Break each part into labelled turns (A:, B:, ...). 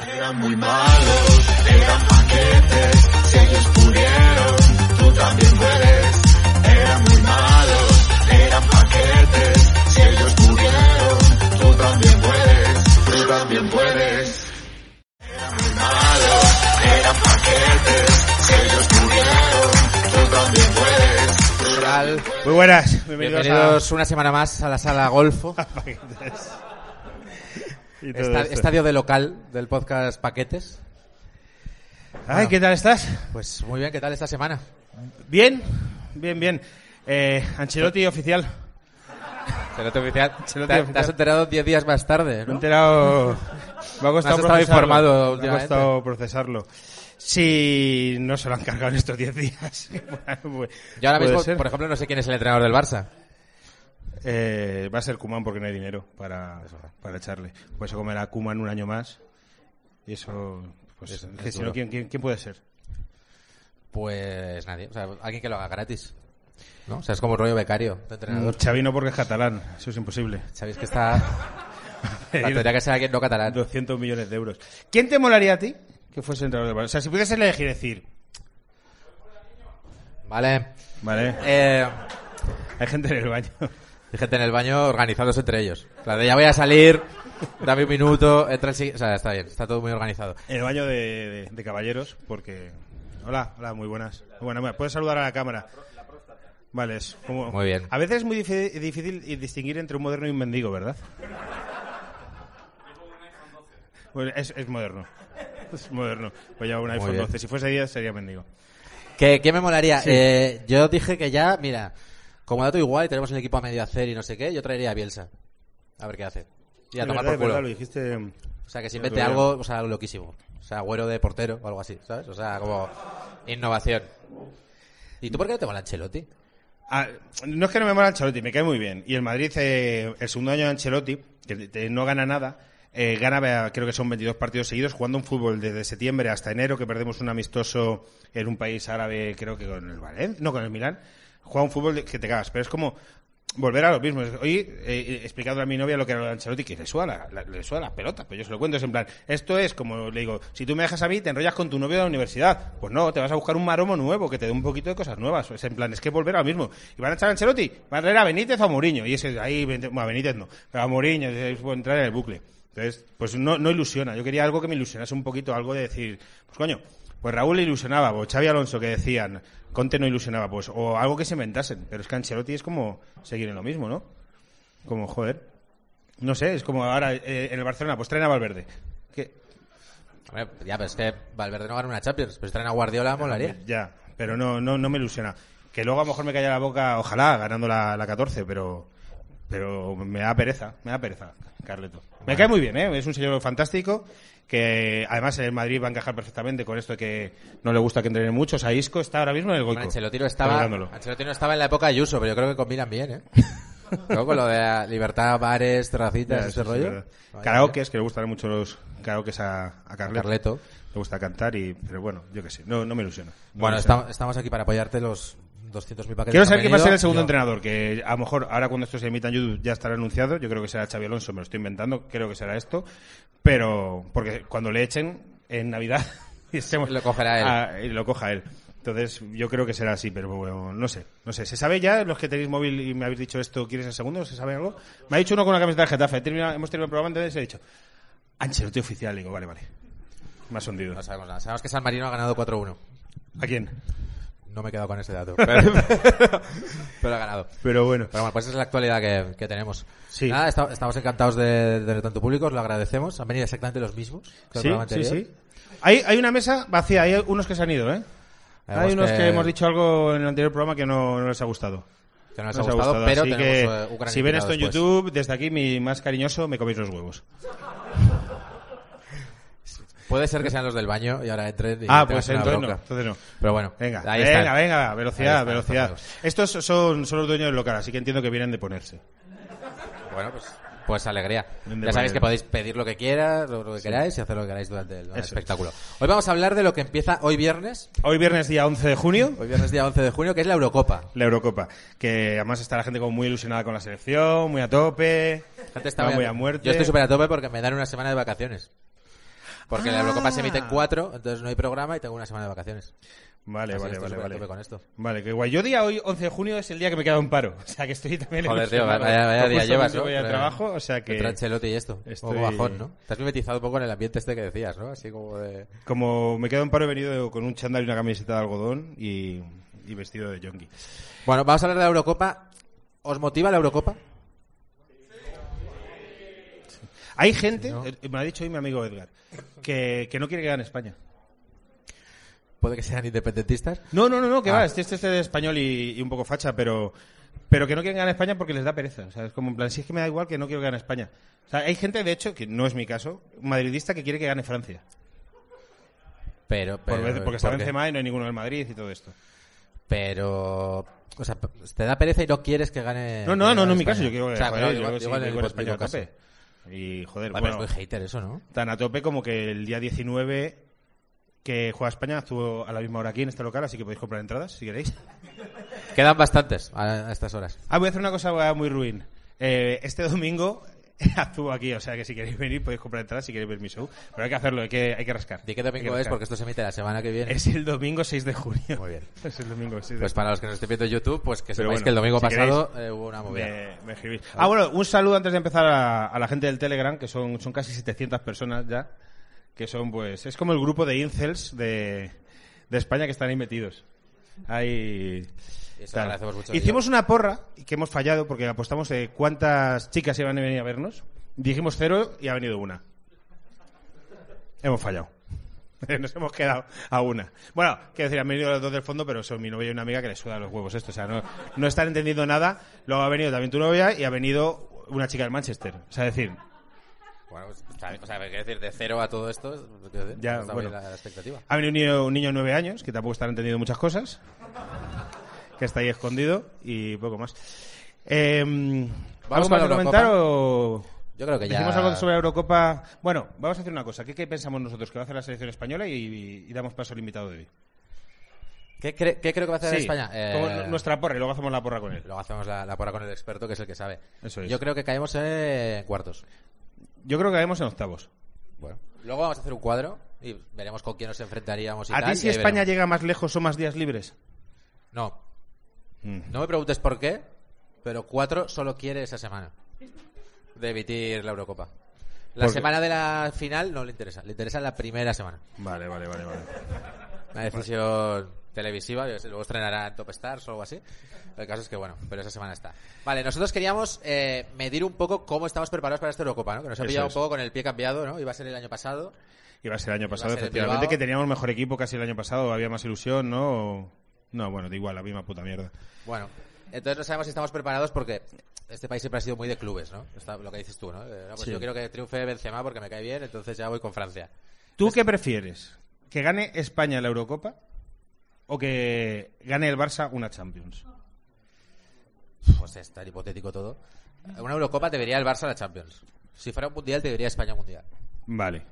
A: Eran muy malos, eran paquetes, si ellos pudieron, tú también puedes. Eran muy malos, eran paquetes, si ellos pudieron, tú también puedes, tú también puedes. Eran muy malos, eran paquetes, si ellos pudieron, tú también puedes.
B: ¿Qué tal?
C: Muy buenas, bienvenidos,
B: Bienvenidos una semana más a la sala Golfo,
C: a Paquetes. Y todo
B: esta-
C: esto.
B: estadio de local del podcast Paquetes.
C: Ay, ¿qué tal estás?
B: Pues muy bien, ¿qué tal esta semana?
C: ¿Bien? Bien, bien. Eh, Ancelotti oficial.
B: Celote oficial.
C: Celote
B: Te- te,
C: oficial.
B: has enterado 10 días más tarde,
C: Me he
B: ¿no?
C: enterado. Me ha costado
B: estado
C: procesarlo.
B: informado
C: Me ha
B: últimamente.
C: costado procesarlo. Si no se lo han cargado en estos 10 días. pues,
B: Yo ahora
C: Puede
B: mismo,
C: ser.
B: por ejemplo, no sé quién es el entrenador del Barça.
C: Eh, va a ser Kuman porque no hay dinero para, para echarle. Por eso comerá Kuman un año más. Y eso. Pues,
B: Es-
C: que
B: es
C: si no,
B: duro.
C: ¿quién, quién, quién puede ser?
B: Pues nadie, o sea, alguien que lo haga gratis. ¿No? O sea, es como rollo becario de entrenador.
C: Xavi no porque es catalán. Eso es imposible.
B: Sabéis que está... la tendría que ser alguien no catalán.
C: 200 millones de euros. ¿Quién te molaría a ti que fuese entrenador del Barça? O sea, si pudieses elegir decir,
B: Vale.
C: vale,
B: Eh,
C: hay gente en el baño.
B: hay gente en el baño organizados entre ellos. La de ya voy a salir, dame un minuto, entra el siguiente... O sea, está bien, está todo muy organizado.
C: En el baño de, de- de caballeros, porque... Hola, hola, muy buenas. Bueno, mira, puedes saludar a la cámara. Vale, es como...
B: Muy bien.
C: A veces es muy difi- difícil y distinguir entre un moderno y un mendigo, ¿verdad? Bueno, es, es moderno. Es moderno. Pues lleva un iPhone
B: bien.
C: 12. Si fuese 10 sería mendigo.
B: ¿Qué, qué me molaría? Eh, yo dije que ya, mira, como dato igual, tenemos el equipo a medio hacer y no sé qué, yo traería a Bielsa. A ver qué hace. Y a
C: De
B: tomar
C: verdad, de
B: por
C: verdad,
B: culo.
C: lo dijiste...
B: o sea, que se
C: el
B: invente
C: otro día.
B: algo, o sea, algo loquísimo. O sea, güero de portero o algo así, ¿sabes? O sea, como innovación. ¿Y tú por qué no te mola Ancelotti?
C: Ah, no es que no me mola Ancelotti, me cae muy bien. Y el Madrid, eh, el segundo año de Ancelotti, que eh, no gana nada, eh, gana, eh, creo que son 22 partidos seguidos, jugando un fútbol desde septiembre hasta enero, que perdemos un amistoso en un país árabe, creo que con el Valencia, no, con el Milán. Juega un fútbol de- que te cagas, pero es como volver a lo mismo. Hoy eh, he explicado a mi novia lo que era lo de Ancelotti, que le suda, la- la- le suda las pelotas, pero yo se lo cuento, es en plan, esto es como le digo, si tú me dejas a mí, te enrollas con tu novio de la universidad. Pues no, te vas a buscar un maromo nuevo, que te dé un poquito de cosas nuevas. Es en plan, es que volver a lo mismo. Y van a echar a Ancelotti, van a traer a Benítez o a Mourinho. Y ese, ahí, Benítez- bueno, a Benítez no, pero a Mourinho, es por entrar en el bucle. Entonces, pues no, no ilusiona. Yo quería algo que me ilusionase un poquito, algo de decir, pues coño, pues Raúl le ilusionaba, o Xavi Alonso que decían, Conte no ilusionaba, pues, o algo que se inventasen. Pero es que Ancelotti es como seguir en lo mismo, ¿no? Como, joder. No sé, es como ahora eh, en el Barcelona, pues traen a Valverde. Que,
B: Hombre, ya, pero es que Valverde no gana una Champions, pero si traen a Guardiola, molaría.
C: Ya, pero no, no, no me ilusiona. Que luego a lo mejor me calla la boca, ojalá, ganando la, la 14, pero, pero me da pereza, me da pereza, Carleto. Me cae muy bien, ¿eh? Es un señor fantástico que además en el Madrid va a encajar perfectamente con esto de que no le gusta que entrene mucho. O sea, Isco está ahora mismo en el
B: Bueno,
C: Goico.
B: Ancelotti no estaba,
C: celebrándolo.
B: Ancelotti no estaba en la época de Ayuso, pero yo creo que combinan bien, ¿eh? ¿No? Con lo de la libertad, bares,
C: Ya,
B: terracitas,
C: eso
B: ese
C: sí,
B: rollo.
C: verdad.
B: Vaya,
C: Karaokes, que le gustan mucho los karaokes a, a Carleto.
B: Carleto.
C: Le gusta cantar, y, pero bueno, yo qué sé, no, no me ilusiona. No
B: Bueno,
C: me
B: estamos, estamos aquí para apoyarte los 200.000 paquetes.
C: Quiero
B: que
C: saber
B: han
C: quién va
B: venido.
C: a ser el
B: Yo.
C: segundo entrenador, que a lo mejor ahora cuando esto se emita en YouTube ya estará anunciado, yo creo que será Xavi Alonso, me lo estoy inventando, creo que será esto, pero porque cuando le echen en Navidad estemos-
B: Lo cogerá él.
C: Ah, y lo coja él. Entonces yo creo que será así, pero bueno, no sé, no sé. ¿Se sabe ya, los que tenéis móvil y me habéis dicho esto, quién es el segundo? ¿Se sabe algo? Me ha dicho uno con una camiseta de Getafe, he terminado- hemos terminado el programa antes y he dicho, Ancelotti oficial, digo, vale, vale. Me has hundido.
B: No sabemos nada. Sabemos que San Marino ha ganado 4-1.
C: ¿A quién?
B: No me he quedado con ese dato. Pero, pero- pero ha ganado.
C: Pero bueno.
B: Pero bueno, pues esa es la actualidad que, que tenemos.
C: Sí.
B: Nada, esta- estamos encantados de de tener tanto público, os lo agradecemos. Han venido exactamente los mismos que el
C: Sí,
B: programa
C: sí,
B: anterior.
C: sí. Hay, hay una mesa vacía, hay unos que se han ido, ¿eh?
B: Vemos
C: hay unos que...
B: que-
C: hemos dicho algo en el anterior programa que no, no les ha gustado.
B: Que no les
C: No
B: ha gustado, pero
C: así
B: tenemos
C: que
B: eh, Ucrania
C: si ven esto
B: invitado pues,
C: en
B: después.
C: YouTube, desde aquí mi más cariñoso me coméis los huevos.
B: Puede ser que sean los del baño y ahora entren y
C: Ah,
B: te hagas
C: pues
B: una
C: entonces no,
B: bronca.
C: entonces no.
B: Pero bueno,
C: Venga,
B: ahí
C: venga,
B: están.
C: venga,
B: Ahí
C: velocidad,
B: están,
C: velocidad.
B: tocados.
C: Estos son, son los dueños del local, así que entiendo que vienen de ponerse.
B: Bueno, pues, pues alegría.
C: Vende
B: Ya sabéis
C: por
B: que
C: ahí.
B: podéis pedir lo que quieras, lo lo que queráis y hacer lo que queráis durante el,
C: Eso es.
B: espectáculo. Hoy vamos a hablar de lo que empieza hoy viernes,
C: Hoy viernes día 11 de junio,
B: hoy viernes día 11 de junio, que es la Eurocopa.
C: la Eurocopa, que además está la gente como muy ilusionada con la selección, muy a tope,
B: La gente está
C: va muy a muerte.
B: Yo estoy súper a tope porque me dan una semana de vacaciones. Porque la
C: Ah.
B: Eurocopa se emite en cuatro, entonces no hay programa y tengo una semana de vacaciones.
C: Vale,
B: Así
C: vale,
B: que estoy
C: vale,
B: súper a
C: vale.
B: tope con esto.
C: Vale, que guay. Yo día hoy, 11 de junio, es el día que me he quedado en paro. O sea, que estoy también
B: Joder, tío,
C: ilusionado.
B: vaya, vaya
C: Justo
B: día llevas,
C: cuando
B: ¿no?
C: voy al
B: Pero-
C: trabajo, o sea
B: Entre
C: que...
B: Ancelotti y esto. Un
C: Estoy-
B: poco bajón, ¿no? Te has mimetizado un poco en el ambiente este que decías, ¿no? Así como de...
C: Como me quedo en paro, he venido con un chándal y una camiseta de algodón y, y vestido de yonki.
B: Bueno, vamos a hablar de la Eurocopa. ¿Os motiva la Eurocopa?
C: Hay gente, eh, me ha dicho hoy mi amigo Edgar, que, que no quiere que gane España.
B: Puede que sean independentistas.
C: No, no, no, no que
B: Ah.
C: va, este, este es español y, y un poco facha, pero, pero que no quieren ganar España porque les da pereza. O sea, es como en plan, si es que me da igual que no quiero que gane España. O sea, hay gente, de hecho, que no es mi caso, madridista que quiere que gane Francia.
B: Pero,
C: Por
B: pero
C: vez- porque está
B: ¿por qué?
C: Benzema y no hay ninguno del Madrid y todo esto.
B: Pero. O sea, te da pereza y no quieres que gane.
C: No, no,
B: que
C: no, no
B: gane
C: en mi caso,
B: Eh, España.
C: yo quiero que
B: O sea,
C: joder,
B: pero
C: yo
B: igual-
C: sí,
B: igual
C: yo
B: en
C: quiero
B: el
C: España a
B: caso.
C: tope. Y
B: Vale,
C: joder,
B: pues
C: bueno,
B: es muy hater eso, ¿no?
C: tan a tope como que el día 19 que juega España estuvo a la misma hora aquí en este local, así que podéis comprar entradas si queréis.
B: Quedan bastantes a, a estas horas.
C: Ah, voy a hacer una cosa muy ruin. Eh, este domingo actúo aquí, o sea que si queréis venir podéis comprar entradas si queréis ver mi show. Pero hay que hacerlo, hay que, hay que rascar.
B: ¿De qué
C: Hay que
B: domingo es?
C: rascar.
B: Porque esto se emite la semana que viene.
C: Es el domingo 6 de junio.
B: Muy bien.
C: Es el domingo 6 de
B: Pues para los que nos estén viendo en YouTube, pues que
C: Pero
B: sepáis
C: bueno,
B: que el domingo
C: si
B: pasado eh, hubo una movida.
C: Me- me escribís. Ah, bueno, un saludo antes de empezar a, a la gente del Telegram, que son, son casi 700 personas ya, que son pues... Es como el grupo de incels de, de España que están ahí metidos. Ahí...
B: Eso
C: tal.
B: lo agradecemos mucho.
C: Hicimos una porra y que hemos fallado porque apostamos eh, cuántas chicas iban a venir a vernos. Dijimos cero y ha venido una. Hemos fallado. Nos hemos quedado a una. Bueno, quiero decir, han venido los dos del fondo, pero son mi novia y una amiga que les sudan los huevos esto. O sea, no, no están entendiendo nada. Luego ha venido también tu novia y ha venido una chica del Manchester. O sea, decir,
B: Bueno, pues, está bien. o sea, quiero decir, de cero a todo esto, pues, quiero decir,
C: Ya,
B: no está bien
C: bueno.
B: la, la expectativa.
C: ha venido un niño, un niño de nueve años que tampoco está entendiendo muchas cosas. Que está ahí escondido y poco más. Eh, ¿Algo
B: con
C: más
B: la
C: de comentar
B: Eurocopa.
C: o...?
B: Yo creo que ya.
C: Decimos algo sobre la Eurocopa. Bueno, vamos a hacer una cosa. ¿Qué, qué pensamos nosotros que va a hacer la selección española? Y, y damos paso al invitado de hoy.
B: ¿Qué, cre- qué creo que va a hacer
C: Sí,
B: España? Eh,
C: como n- nuestra porra y luego hacemos la porra con él.
B: Luego hacemos la, la porra con el experto, que es el que sabe.
C: Eso es.
B: Yo creo que caemos en cuartos.
C: Yo creo que haremos en octavos.
B: Bueno. Luego vamos a hacer un cuadro y veremos con quién nos enfrentaríamos y
C: ¿A
B: tal,
C: ti
B: y
C: si
B: ahí
C: España
B: veremos.
C: llega más lejos o más días libres?
B: No,
C: Mm.
B: no me preguntes por qué, pero cuatro solo quiere esa semana de emitir la Eurocopa. La
C: Porque-
B: semana de la final no le interesa, le interesa la primera semana.
C: Vale, vale, vale, vale.
B: Una decisión televisiva, yo sé, luego estrenará en Top Stars o algo así. El caso es que bueno, pero esa semana está. Vale, nosotros queríamos eh, medir un poco cómo estamos preparados para esta Eurocopa, ¿no? Que nos ha
C: Eso
B: pillado
C: es.
B: un poco con el pie cambiado, ¿no? Iba a ser el año pasado.
C: Iba a ser el año pasado,
B: ser en
C: efectivamente,
B: Bilbao.
C: que teníamos mejor equipo casi el año pasado. Había más ilusión, ¿no? O- No, bueno, da igual, la misma puta mierda.
B: Bueno, entonces no sabemos si estamos preparados porque este país siempre ha sido muy de clubes, ¿no? Está lo que dices tú, ¿no? Eh, no, pues
C: Sí.
B: yo quiero que triunfe Benzema porque me cae bien, entonces ya voy con Francia.
C: ¿Tú qué prefieres? ¿Que gane España la Eurocopa o que gane el Barça una Champions?
B: Pues es tan hipotético todo. Una Eurocopa debería el Barça a la Champions. Si fuera un mundial, debería España un mundial.
C: Vale.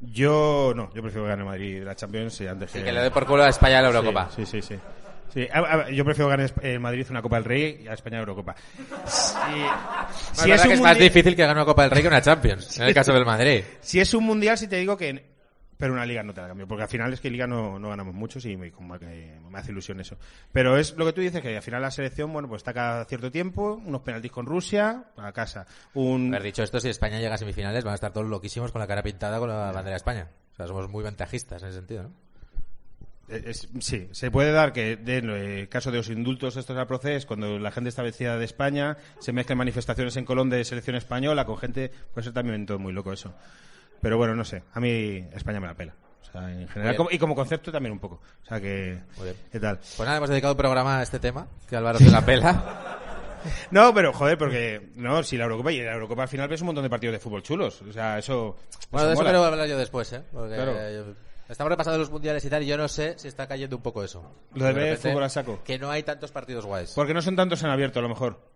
C: Yo no, yo prefiero ganar Madrid la Champions eh, antes
B: Y
C: que...
B: que le dé por culo a España la Eurocopa.
C: Sí, sí, sí. sí. Sí, a- a- yo prefiero ganar Esp- eh, Madrid una Copa del Rey y a España Eurocopa. Si,
B: No,
C: si
B: es verdad que es más
C: mundi-
B: difícil que gane una Copa del Rey que una Champions, en el caso del Madrid.
C: si es un mundial, si te digo que... en- Pero una liga no te la cambio, porque al final es que liga no, no ganamos muchos y me, como que me hace ilusión eso. Pero es lo que tú dices, que al final la selección, bueno, pues está cada cierto tiempo, unos penaltis con Rusia, a casa. Un,
B: Haber dicho esto, si España llega a semifinales, van a estar todos loquísimos con la cara pintada con la bandera de España. O sea, somos muy ventajistas en ese sentido, ¿no?
C: Eh, es- sí, se puede dar que en el caso de los indultos estos al proceso, cuando la gente está vestida de España, se mezclan manifestaciones en Colón de selección española con gente, puede ser también todo muy loco eso. Pero bueno, no sé, a mí España me la pela. O sea, en general,
B: bien.
C: como- y como concepto también un poco. O sea que,
B: Muy bien.
C: ¿qué tal?
B: Pues nada, hemos dedicado un programa a este tema, que Álvaro se la pela.
C: No, pero joder, porque no, si la Eurocopa y la Eurocopa al final ves un montón de partidos de fútbol chulos, o sea, eso
B: Bueno, de eso
C: mola.
B: quiero hablar yo después, ¿eh? Porque
C: Claro.
B: eh, estamos repasando los mundiales y tal, y yo no sé si está cayendo un poco eso.
C: Lo de ver el
B: repente,
C: fútbol a saco.
B: Que no hay tantos partidos guays.
C: porque no son tantos en abierto a lo mejor.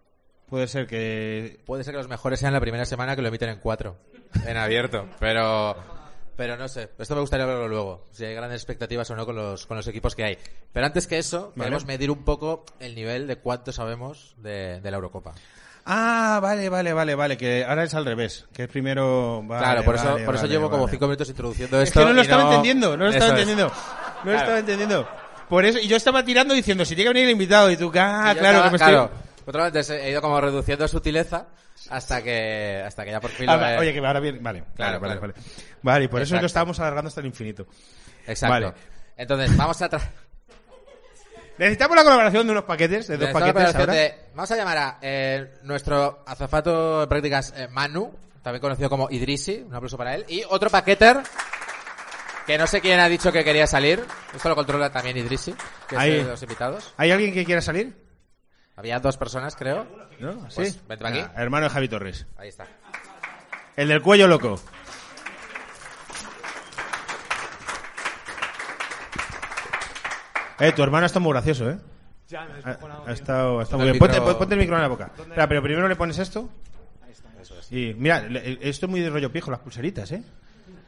C: Puede ser que
B: Puede ser que los mejores sean la primera semana que lo emiten en cuatro, en abierto, pero pero no sé. Esto me gustaría verlo luego, si hay grandes expectativas o no con los, con los equipos que hay. Pero antes que eso,
C: Vale.
B: queremos medir un poco el nivel de cuánto sabemos de, de la Eurocopa.
C: Ah, vale, vale, vale, vale, que ahora es al revés, que es primero vale,
B: claro, por eso,
C: vale,
B: por eso
C: vale,
B: llevo como
C: vale.
B: cinco minutos introduciendo
C: Es
B: esto.
C: que no lo
B: y
C: estaba entendiendo, no lo estaba
B: Eso es.
C: entendiendo. No lo
B: Claro.
C: estaba entendiendo. Por eso y yo estaba tirando diciendo, si tiene que venir el invitado y tú, ah,
B: Y yo
C: claro,
B: estaba-
C: que me
B: claro.
C: estoy
B: Otra vez entonces, he ido como reduciendo sutileza hasta que hasta que ya por fin lo
C: Ah, va-
B: he-
C: oye, que ahora bien, vale,
B: Claro,
C: vale,
B: claro.
C: vale. Vale, Vale, y por eso es
B: Exacto.
C: lo estábamos alargando hasta el infinito.
B: Exacto.
C: vale.
B: Entonces, vamos a tra-
C: Necesitamos la colaboración de unos paquetes, de dos
B: Necesito la
C: paquetes
B: operación
C: ahora.
B: de- Vamos a llamar a eh, nuestro azafato de prácticas eh, Manu, también conocido como Idrisi, un aplauso para él, y otro paqueter que no sé quién ha dicho que quería salir. Esto lo controla también Idrisi, que
C: Ahí.
B: es uno de los invitados.
C: ¿Hay alguien que quiera salir?
B: Había dos personas, creo.
C: ¿No?
B: Pues,
C: ¿Sí?
B: vente pa' aquí.
C: Ah, hermano de Javi Torres.
B: Ahí está.
C: El del cuello loco. Eh, tu hermano está muy gracioso, ¿eh?
D: Ya, me he
C: Ha,
D: descojonado,
C: ha
D: tío.
C: estado, ha estado
B: Está
C: muy
B: el
C: bien. Ponte,
B: micro-
C: pon- ponte el micro en la boca. Espera, pero primero le pones esto. Y mira, le- eh, esto es muy de rollo pijo, las pulseritas, ¿eh?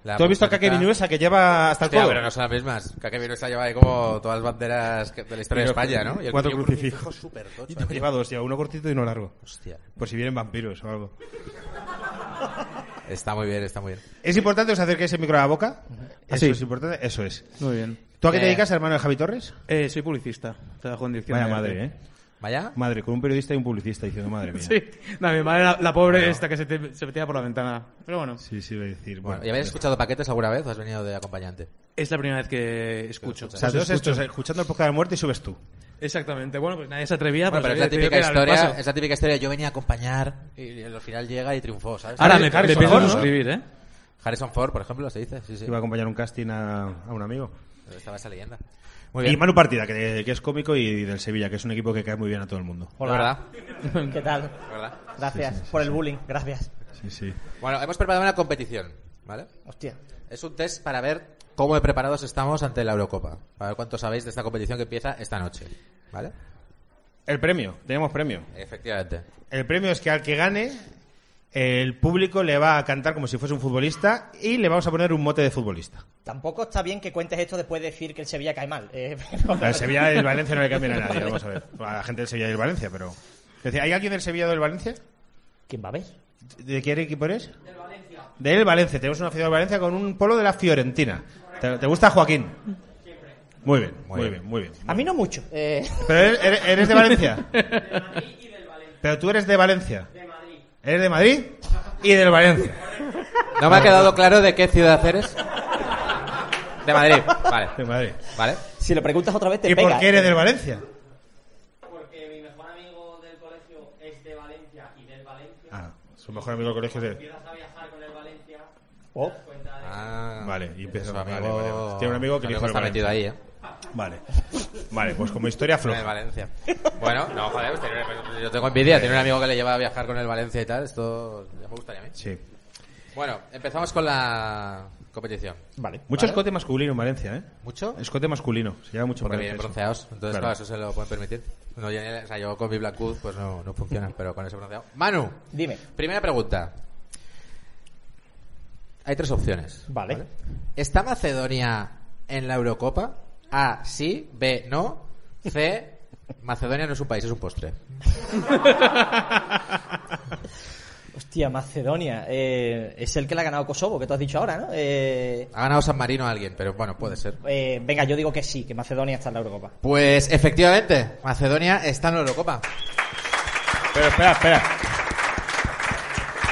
B: La
C: ¿Tú has visto a
B: pulserita-
C: Kake Vinuesa que lleva hasta el
B: Hostia,
C: cuello?
B: pero no son las mismas. Kake Vinuesa lleva ahí como todas las banderas que- de la historia
C: Y
B: de
C: los-
B: España, ¿no?
C: cuatro
B: un
C: crucifijos.
B: crucifijo súper tocho,
C: Yo
B: tío.
C: lleva dos, ya, uno cortito y uno largo.
B: Hostia.
C: Por si vienen vampiros o algo.
B: Está muy bien, está muy bien.
C: ¿Es importante os acerquéis el micro a la boca? ¿Eso
D: Así.
C: es importante? Eso es.
D: Muy bien.
C: ¿Tú a qué te
B: Eh.
C: dedicas, hermano de Javi Torres?
D: Eh, soy publicista. Trabajo en dirección.
C: Vaya
D: de
C: madre, ¿eh?
D: arte.
B: ¿Vaya?
C: Madre, con un periodista y un publicista diciendo madre mía.
D: Sí. No, mi madre, la, la pobre esta que se, te- se metía por la ventana. Pero bueno,
C: Sí, sí, voy a decir. Bueno,
B: Bueno, ¿y habéis escuchado paquetes alguna vez o has venido de acompañante?
D: es la primera vez que escucho.
C: O sea,
D: Pues
C: todos
D: escucho.
C: estos, eh, escuchando el podcast de muerte y subes tú.
D: Exactamente. Bueno, pues nadie se atrevía,
B: Bueno, pero es la
D: sabía
B: típica
D: que yo que era el
B: historia,
D: paso.
B: es la típica historia, yo venía a acompañar y al final llega y triunfó, ¿sabes?
D: Ahora me, me
C: Harrison
D: pienso
C: Ford,
D: en
C: ¿no?
D: suscribir, ¿eh?
B: Harrison Ford, por ejemplo, se dice, sí, sí,
C: Iba a acompañar un casting a, a un amigo.
B: estaba esa leyenda. Muy
C: Y
B: bien,
C: Manu Partida, que, que es cómico, y del Sevilla, que es un equipo que cae muy bien a todo el mundo.
B: Hola. ¿verdad?
E: ¿Qué tal?
B: ¿verdad?
E: Gracias por el bullying, gracias.
C: Sí, sí.
B: Bueno, hemos preparado una competición, ¿vale?
E: Hostia.
B: Es un test para ver cómo de preparados estamos ante la Eurocopa, para ver cuánto sabéis de esta competición que empieza esta noche, ¿vale?
C: El premio, tenemos premio.
B: Efectivamente.
C: El premio es que al que gane, el público le va a cantar como si fuese un futbolista y le vamos a poner un mote de futbolista.
E: Tampoco está bien que cuentes esto después de decir que el Sevilla cae mal. eh,
C: Al Sevilla y el Valencia no le cambian a nadie, vamos a ver. A la gente del Sevilla y el Valencia, pero. Es decir, ¿Hay alguien del Sevilla o del Valencia?
E: ¿Quién va a ver?
C: ¿De qué equipo eres? Del Valencia. Del Valencia. Tenemos una ciudad de Valencia con un polo de la Fiorentina. ¿Te, te gusta Joaquín? Muy bien, muy, bien, muy bien.
E: A mí no mucho. eh,
C: ¿Pero eres, eres- eres de Valencia? De Madrid y del Valencia. ¿Pero tú eres de Valencia? De Madrid. ¿Eres de Madrid? Y del Valencia.
B: No me ha quedado claro de qué ciudad eres. De Madrid,
C: De
B: vale.
C: Madrid.
B: ¿Vale?
E: si lo preguntas otra vez te
C: ¿Y
E: pega.
C: por qué eres
E: eh.
C: del Valencia?
F: Porque mi mejor amigo del colegio es de Valencia y del Valencia.
C: Ah, su mejor amigo del colegio es de...
F: Empiezas a viajar con el Valencia, pues-
E: Oh,
F: cuenta de
B: Ah,
C: Vale, y empieza-
B: su
C: vale,
B: amigo-
C: vale, vale. Tiene un amigo que
B: su
C: le hizo el
B: está metido ahí,
C: Valencia.
B: ¿eh?
C: Vale. Vale, pues como historia
B: En el
C: floja.
B: Valencia. Bueno, no, joder, pues tiene- pues yo tengo envidia. Tiene un amigo que le lleva a viajar con el Valencia y tal. Esto ya me gustaría a mí.
C: Sí.
B: Bueno, empezamos con la competición.
E: vale.
C: Mucho escote masculino en Valencia, ¿eh?
B: ¿Mucho?
C: Escote masculino. Se lleva mucho en
B: Porque
C: Valencia
B: vienen
C: eso.
B: bronceados. Entonces,
C: Claro.
B: claro, eso se lo pueden permitir. No, yo, o sea, yo con mi Blackwood pues no, no funciona, pero con ese bronceado. Manu,
E: Dime.
B: primera pregunta. Hay tres opciones.
E: Vale.
B: ¿Está Macedonia en la Eurocopa? A, sí. B, no. C, Macedonia no es un país, es un postre.
E: Hostia, Macedonia. eh, es el que la ha ganado Kosovo, que tú has dicho ahora, ¿no? Eh,
B: Ha ganado San Marino a alguien, pero bueno, puede ser.
E: eh, venga, yo digo que sí, que Macedonia está en la Eurocopa.
B: Pues efectivamente, Macedonia está en la Eurocopa.
C: Pero espera, espera.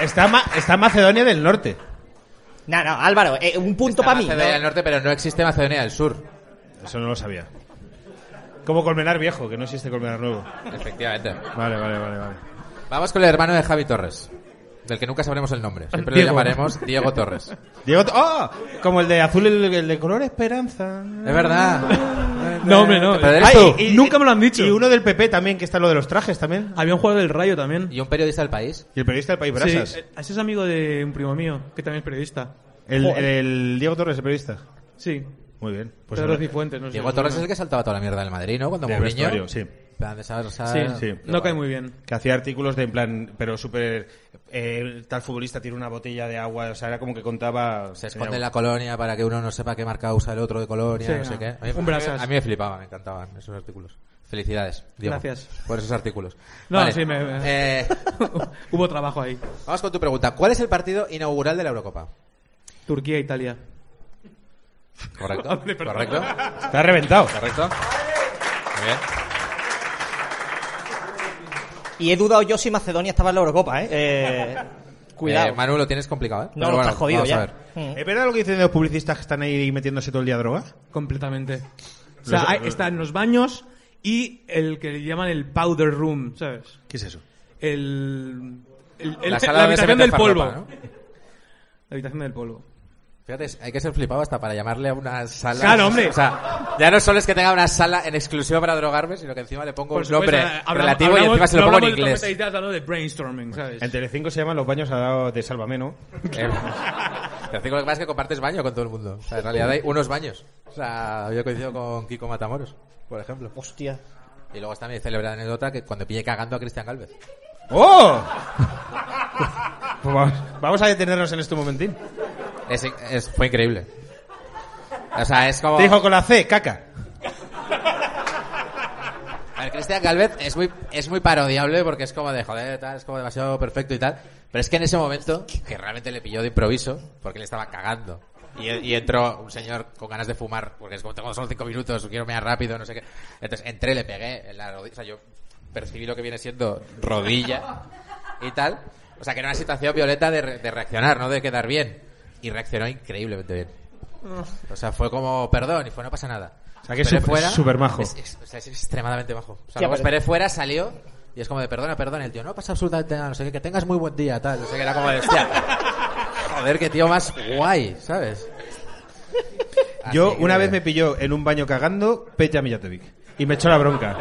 C: Está, Ma- está Macedonia del Norte.
E: No, no, Álvaro, eh, un punto
B: Está
E: para mí.
B: Macedonia
E: ¿no?
B: del Norte, pero no existe Macedonia del Sur.
C: Eso no lo sabía. Como Colmenar Viejo, que no existe Colmenar Nuevo.
B: Efectivamente.
C: Vale, vale, vale, vale.
B: Vamos con el hermano de Javi Torres, del que nunca sabremos el nombre. Siempre
C: Diego.
B: lo llamaremos Diego Torres.
C: Diego, T- ¡Oh! Como el de azul, el, el de color esperanza.
B: Es verdad.
D: No, hombre, no.
B: Pero eres
D: Ay,
B: tú.
D: y- Nunca me lo han dicho.
C: Y uno del PP también, que está lo de los trajes también.
D: Había un jugador del Rayo también.
B: Y un periodista del país.
C: Y el periodista del País
D: Sí,
C: Brasas.
D: eh, ese es amigo de un primo mío, que también es periodista.
C: el,
D: Joder.
C: el- el Diego Torres, el periodista.
D: Sí.
C: Muy bien. Pues
D: Pedro
C: ahora-
D: Cifuentes, no sé.
B: Diego Torres es el que saltaba toda la mierda del Madrid, ¿no? Cuando
C: Del
B: Mourinho.
C: vestuario, sí.
B: En plan de saber-
D: Sí,
B: saber-
C: sí.
D: no cae muy bien.
C: que hacía artículos de en plan, pero súper. eh, tal futbolista tiene una botella de agua, o sea, era como que contaba. eh,
B: Se esconde en la colonia para que uno no sepa qué marca usa el otro de colonia,
D: Sí,
B: no sé
D: no.
B: qué. A mí,
D: Un brasas.
B: a mí me flipaba, me encantaban esos artículos. Felicidades, Diego.
D: Gracias.
B: Por esos artículos.
D: No, sí, me- me-
B: Eh,
D: Hubo trabajo ahí.
B: vamos con tu pregunta. ¿Cuál es el partido inaugural de la Eurocopa?
D: Turquía, Italia.
B: ¿Correcto? ¿Correcto?
C: Está reventado.
B: ¿Correcto? Muy bien.
E: Y he dudado yo si Macedonia estaba en la Eurocopa, ¿eh? Eh, cuidado.
B: Eh, Manu, lo tienes complicado, ¿eh?
E: no,
B: Pero
E: lo
B: bueno,
E: estás jodido
B: vamos a
E: ya.
B: ver.
E: Mm.
C: ¿Es verdad lo que dicen de los publicistas que están ahí metiéndose todo el día droga?
D: Completamente. O sea,
C: Los-
D: hay- está en los baños y el que le llaman el powder room, ¿sabes?
C: ¿Qué es eso?
D: El, el- el-
B: La sala donde se
D: habitación
B: mete
D: del polvo.
B: farlopa, ¿no?
D: La habitación del polvo.
B: Fíjate, es- hay que ser flipado hasta para llamarle a una sala.
D: Claro, hombre.
B: O sea, ya no solo es que tenga una sala en exclusiva para drogarme, sino que encima le pongo un nombre
D: supuesto, hablamos-
B: Oh, relativo y
D: hablamos-
B: encima se lo
D: no
B: pongo en
D: hablamos de
B: inglés.
D: tormenta de ideas, hablamos de brainstorming, ¿sabes?
C: En Telecinco se llaman los baños al lado de Sálvame, ¿no?
B: Eh, Te digo lo que pasa es que compartes baño con todo el mundo. O sea, en realidad hay unos baños. O sea, yo coincido con Kiko Matamoros, por ejemplo.
E: Hostia.
B: Y luego está mi célebre anécdota que cuando pille cagando a Cristian Galvez.
C: ¡Oh! Pues vamos, vamos a detenernos en este momentín.
B: Es in- es- fue increíble. O sea, es como...
C: Te dijo con la C, caca.
B: A ver, Cristian Galvez es muy, es muy parodiable porque es como de joder, tal, es como demasiado perfecto y tal. Pero es que en ese momento, que realmente le pilló de improviso, porque le estaba cagando. Y, y entró un señor con ganas de fumar, porque es como tengo solo cinco minutos, quiero mear rápido, no sé qué. Entonces entré, le pegué en la rodilla, o sea, yo percibí lo que viene siendo rodilla y tal. O sea, que era una situación violenta de, re- de reaccionar, no de quedar bien. Y reaccionó increíblemente bien. O sea, fue como perdón y fue no pasa nada.
C: O sea, que es súper- súper majo.
B: Es- es- o sea, es extremadamente bajo. O sea,
E: Ya,
B: luego
E: pero-
B: esperé fuera, salió y es como de perdona, perdona. y El tío no pasa absolutamente nada, no sé qué, que tengas muy buen día, tal. No sé qué, era como de hostia. Joder, qué tío más guay, ¿sabes? Así
C: Yo
B: Ah, que-
C: una vez me pilló en un baño cagando Peja Mijatovic. Y me echó la bronca.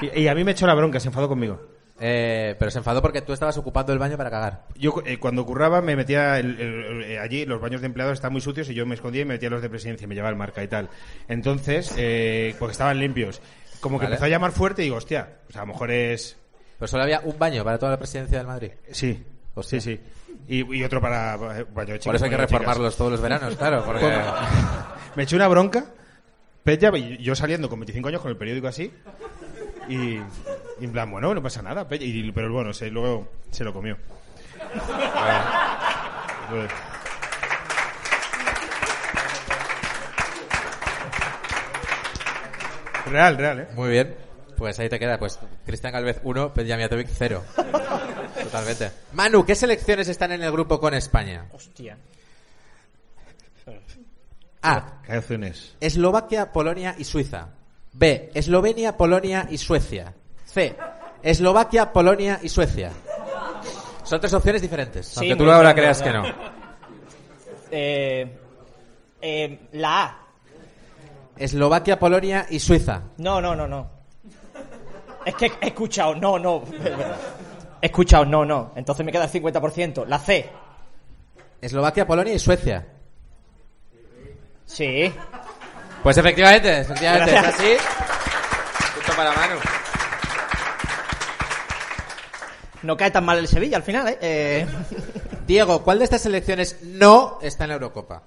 C: Y, y a mí me echó la bronca, se enfadó conmigo.
B: Eh, pero se enfadó porque tú estabas ocupando el baño para cagar.
C: Yo cu- eh, cuando curraba me metía el- el- el- allí, los baños de empleados estaban muy sucios y yo me escondía y me metía los de presidencia y me llevaba el marca y tal. Entonces, eh, porque estaban limpios. Como que
B: Vale.
C: empezó a llamar fuerte y digo, hostia, o sea, a lo mejor es...
B: Pero solo había un baño para toda la presidencia del Madrid.
C: Sí,
B: Hostia.
C: sí, sí. Y, y otro para eh, baño de chicos,
B: Por eso hay que
C: baño de chicas.
B: reformarlos todos los veranos, claro. Porque...
C: Me eché una bronca, Peña, y yo saliendo con 25 años con el periódico así, y, y en plan, bueno, no pasa nada, Peña, y, pero bueno, se, luego se lo comió. Entonces, Real, real, ¿eh?
B: Muy bien. Pues ahí te queda, pues Cristian Galvez 1, Pedjamiatovic 0. Totalmente. Manu, ¿qué selecciones están en el grupo con España?
E: Hostia.
B: A.
C: Canciones.
B: Eslovaquia, Polonia y Suiza. B. Eslovenia, Polonia y Suecia. C. Eslovaquia, Polonia y Suecia. Son tres opciones diferentes.
E: Sí,
B: aunque tú
E: muy
B: ahora
E: bien,
B: creas que
E: muy
B: no.
E: bien. Eh, eh, la A.
B: Eslovaquia, Polonia y Suiza.
E: No, no, no, no. Es que he escuchado, no, no. He escuchado, no, no. Entonces me queda el 50%. La C.
B: Eslovaquia, Polonia y Suecia.
E: Sí.
B: Pues efectivamente, efectivamente.
E: Gracias.
B: Es así. Punto para Manu.
E: No cae tan mal el Sevilla al final, ¿eh? Eh,
B: Diego, ¿cuál de estas selecciones no está en la Eurocopa?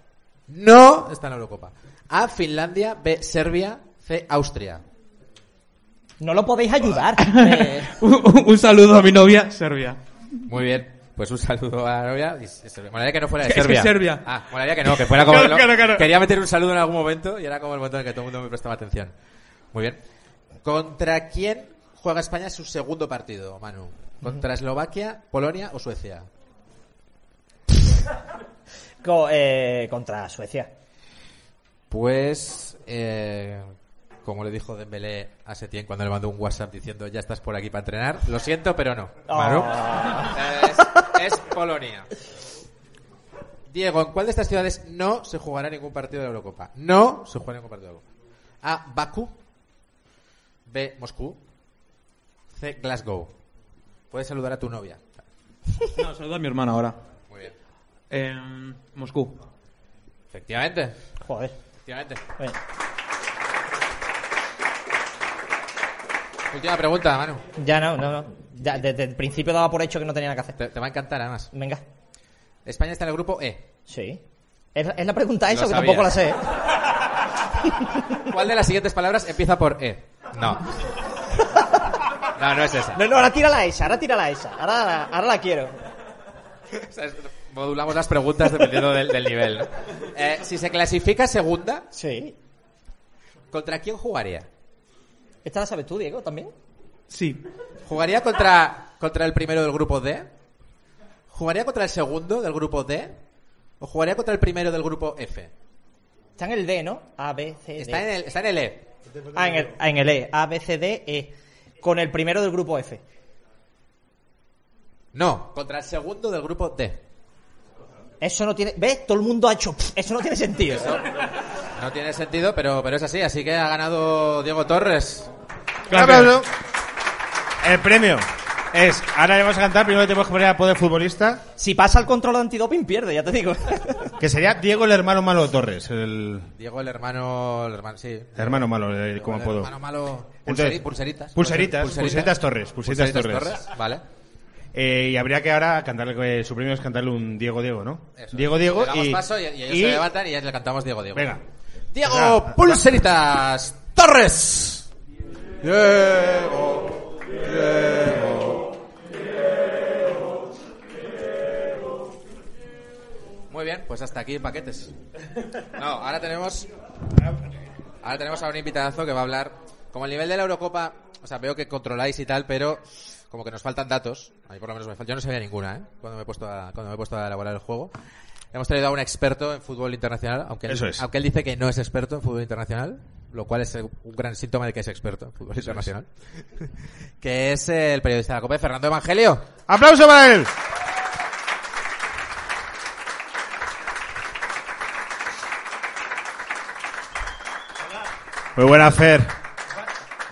B: No está en la Eurocopa. A, Finlandia, B, Serbia, C, Austria.
E: no lo podéis ayudar. Eh,
D: un, un saludo a mi novia, Serbia.
B: Muy bien. Pues un saludo a la novia. y se- se- Molaría que no fuera de
D: Es que es
B: Serbia.
D: Serbia.
B: Ah, molaría que no, que fuera como...
D: Claro,
B: ¿no?
D: claro, claro.
B: Quería meter un saludo en algún momento y era como el momento en el que todo el mundo me prestaba atención. Muy bien. ¿Contra quién juega España su segundo partido, Manu? ¿Contra Eslovaquia, Polonia o Suecia?
E: co- eh, contra Suecia.
B: Pues, eh, como le dijo Dembélé a Setién cuando le mandó un WhatsApp diciendo ya estás por aquí para entrenar, lo siento, pero no.
E: Claro.
B: Es, es Polonia. Diego, ¿en cuál de estas ciudades no se jugará ningún partido de la Eurocopa? No se jugará ningún partido de la Eurocopa. A. Bakú. B. Moscú. C. Glasgow. Puedes saludar a tu novia.
D: No, saludo a mi hermana ahora.
B: Muy bien.
D: Eh, Moscú.
B: Efectivamente.
E: Joder.
B: Efectivamente.
E: Bueno,
B: Última pregunta, Manu.
E: Ya no, no, no. Ya, desde el principio daba por hecho que no tenía nada que hacer.
B: Te, te va a encantar, además.
E: Venga.
B: España está en el grupo E.
E: Sí. ¿Es, es la pregunta esa
B: Lo
E: que
B: sabía.
E: tampoco la sé. ¿eh?
B: ¿Cuál de las siguientes palabras empieza por E? No. No, no es esa.
E: No, no, ahora tírala esa, ahora tírala esa. Ahora, ahora la quiero.
B: O sea, es- modulamos las preguntas dependiendo del, del nivel. ¿no? Eh, si se clasifica segunda,
E: Sí.
B: ¿contra quién jugaría?
E: Esta la sabes tú, Diego, también.
D: Sí.
B: ¿Jugaría contra, contra el primero del grupo D? ¿Jugaría contra el segundo del grupo D? ¿O jugaría contra el primero del grupo F?
E: Está en el D, ¿no? A, B, C, D.
B: Está en el, está en el E.
E: Ah, en el, ah, en el E. A, B, C, D, E. Con el primero del grupo F.
B: No, contra el segundo del grupo D.
E: Eso no tiene. ¿Ves? Todo el mundo ha hecho. "Pff", Eso no tiene sentido.
B: No tiene sentido, pero, pero es así. Así que ha ganado Diego Torres.
C: Un aplauso. El premio es. Ahora le vamos a cantar. Primero tenemos que poner a poder futbolista.
E: Si pasa el control de antidoping, pierde, ya te digo.
C: Que sería Diego el hermano malo de Torres. El,
B: Diego, el hermano. El hermano sí.
C: el hermano malo, el- como
B: El
C: apodo.
B: hermano malo.
C: Entonces,
B: Pulseri- pulseritas.
C: pulseritas, pulseritas Torres, pulseritas Torres.
B: Vale.
C: Eh, y habría que ahora cantarle. eh, su premio es cantarle un Diego Diego, ¿no?
B: Eso.
C: Diego Diego.
B: Le damos
C: y,
B: paso y, y ellos
C: y-
B: se levantan y ya le cantamos Diego Diego.
C: Venga.
B: Diego Pulseritas Torres. Diego. Muy bien, pues hasta aquí paquetes. No, ahora tenemos Ahora tenemos a un invitadazo que va a hablar. Como el nivel de la Eurocopa, o sea, veo que controláis y tal, pero como que nos faltan datos. A mí por lo menos me faltan. Yo no sabía ninguna, ¿eh? Cuando me he puesto a, cuando me he puesto a elaborar el juego. Hemos traído a un experto en fútbol internacional, aunque, él-
C: Eso es.
B: aunque él dice que no es experto en fútbol internacional, lo cual es eh, un gran síntoma de que es experto en fútbol internacional. que es eh, el periodista de la Copa, Fernando Evangelio.
C: ¡Aplauso para él! Muy buena, Fer.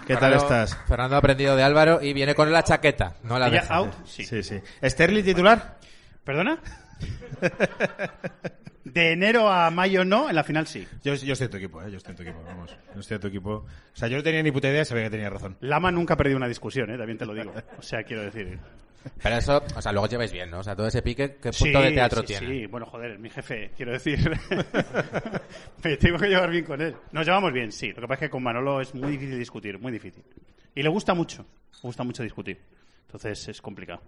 C: ¿Qué tal
B: Fernando-
C: estás?
B: Fernando ha aprendido de Álvaro y viene con la chaqueta, no la
G: ¿Ya
B: deja.
G: out? Sí.
C: Sí, sí. ¿Sterling titular?
G: ¿Perdona? De enero a mayo no, en la final sí.
C: Yo, yo estoy en tu equipo, ¿eh? Yo estoy en tu equipo, vamos. Yo estoy en tu equipo. O sea, yo no tenía ni puta idea, sabía que tenía razón.
G: Lama nunca ha perdido una discusión, ¿eh? también te lo digo. O sea, quiero decir.
B: Pero eso, o sea, luego lleváis bien, ¿no? O sea, todo ese pique, ¿qué punto de teatro
G: sí,
B: tiene?
G: Sí, bueno, joder, mi jefe, quiero decir. Me tengo que llevar bien con él. Nos llevamos bien, sí. Lo que pasa es que con Manolo es muy difícil discutir, muy difícil. Y le gusta mucho, le gusta mucho discutir. Entonces es complicado.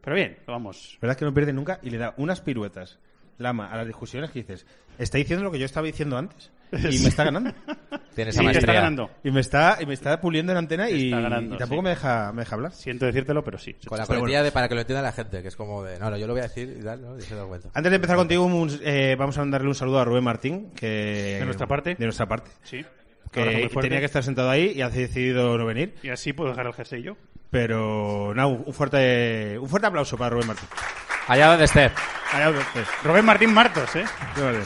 G: Pero bien, lo vamos.
C: ¿Verdad que no pierde nunca? Y le da unas piruetas, Lama, a las discusiones que dices. Está diciendo lo que yo estaba diciendo antes. Y me está ganando.
B: Tiene esa
G: Sí, que está
B: maestría.
G: ganando.
C: Y me está, y me está puliendo en antena y,
G: Está ganando,
C: y tampoco
G: sí.
C: me, deja, me deja hablar.
G: Siento decírtelo, pero sí.
B: Con la
C: Pero
B: coletilla
C: bueno.
B: de para que lo entienda la gente, que es como de, no, no, yo lo voy a decir y tal, ¿no? Y se da cuenta.
C: Antes de empezar contigo, un- eh, vamos a mandarle un saludo a Rubén Martín. Que,
G: ¿De nuestra parte?
C: De nuestra parte.
G: Sí. Abrazo
C: Que
G: muy fuerte.
C: tenía que estar sentado ahí y ha decidido no venir.
G: Y así puedo dejar el jersey yo.
C: Pero, no, un fuerte, un fuerte aplauso para Rubén Martín.
B: Allá donde esté.
C: Allá, pues,
G: Rubén Martín Martos, ¿eh?
C: sí, vale.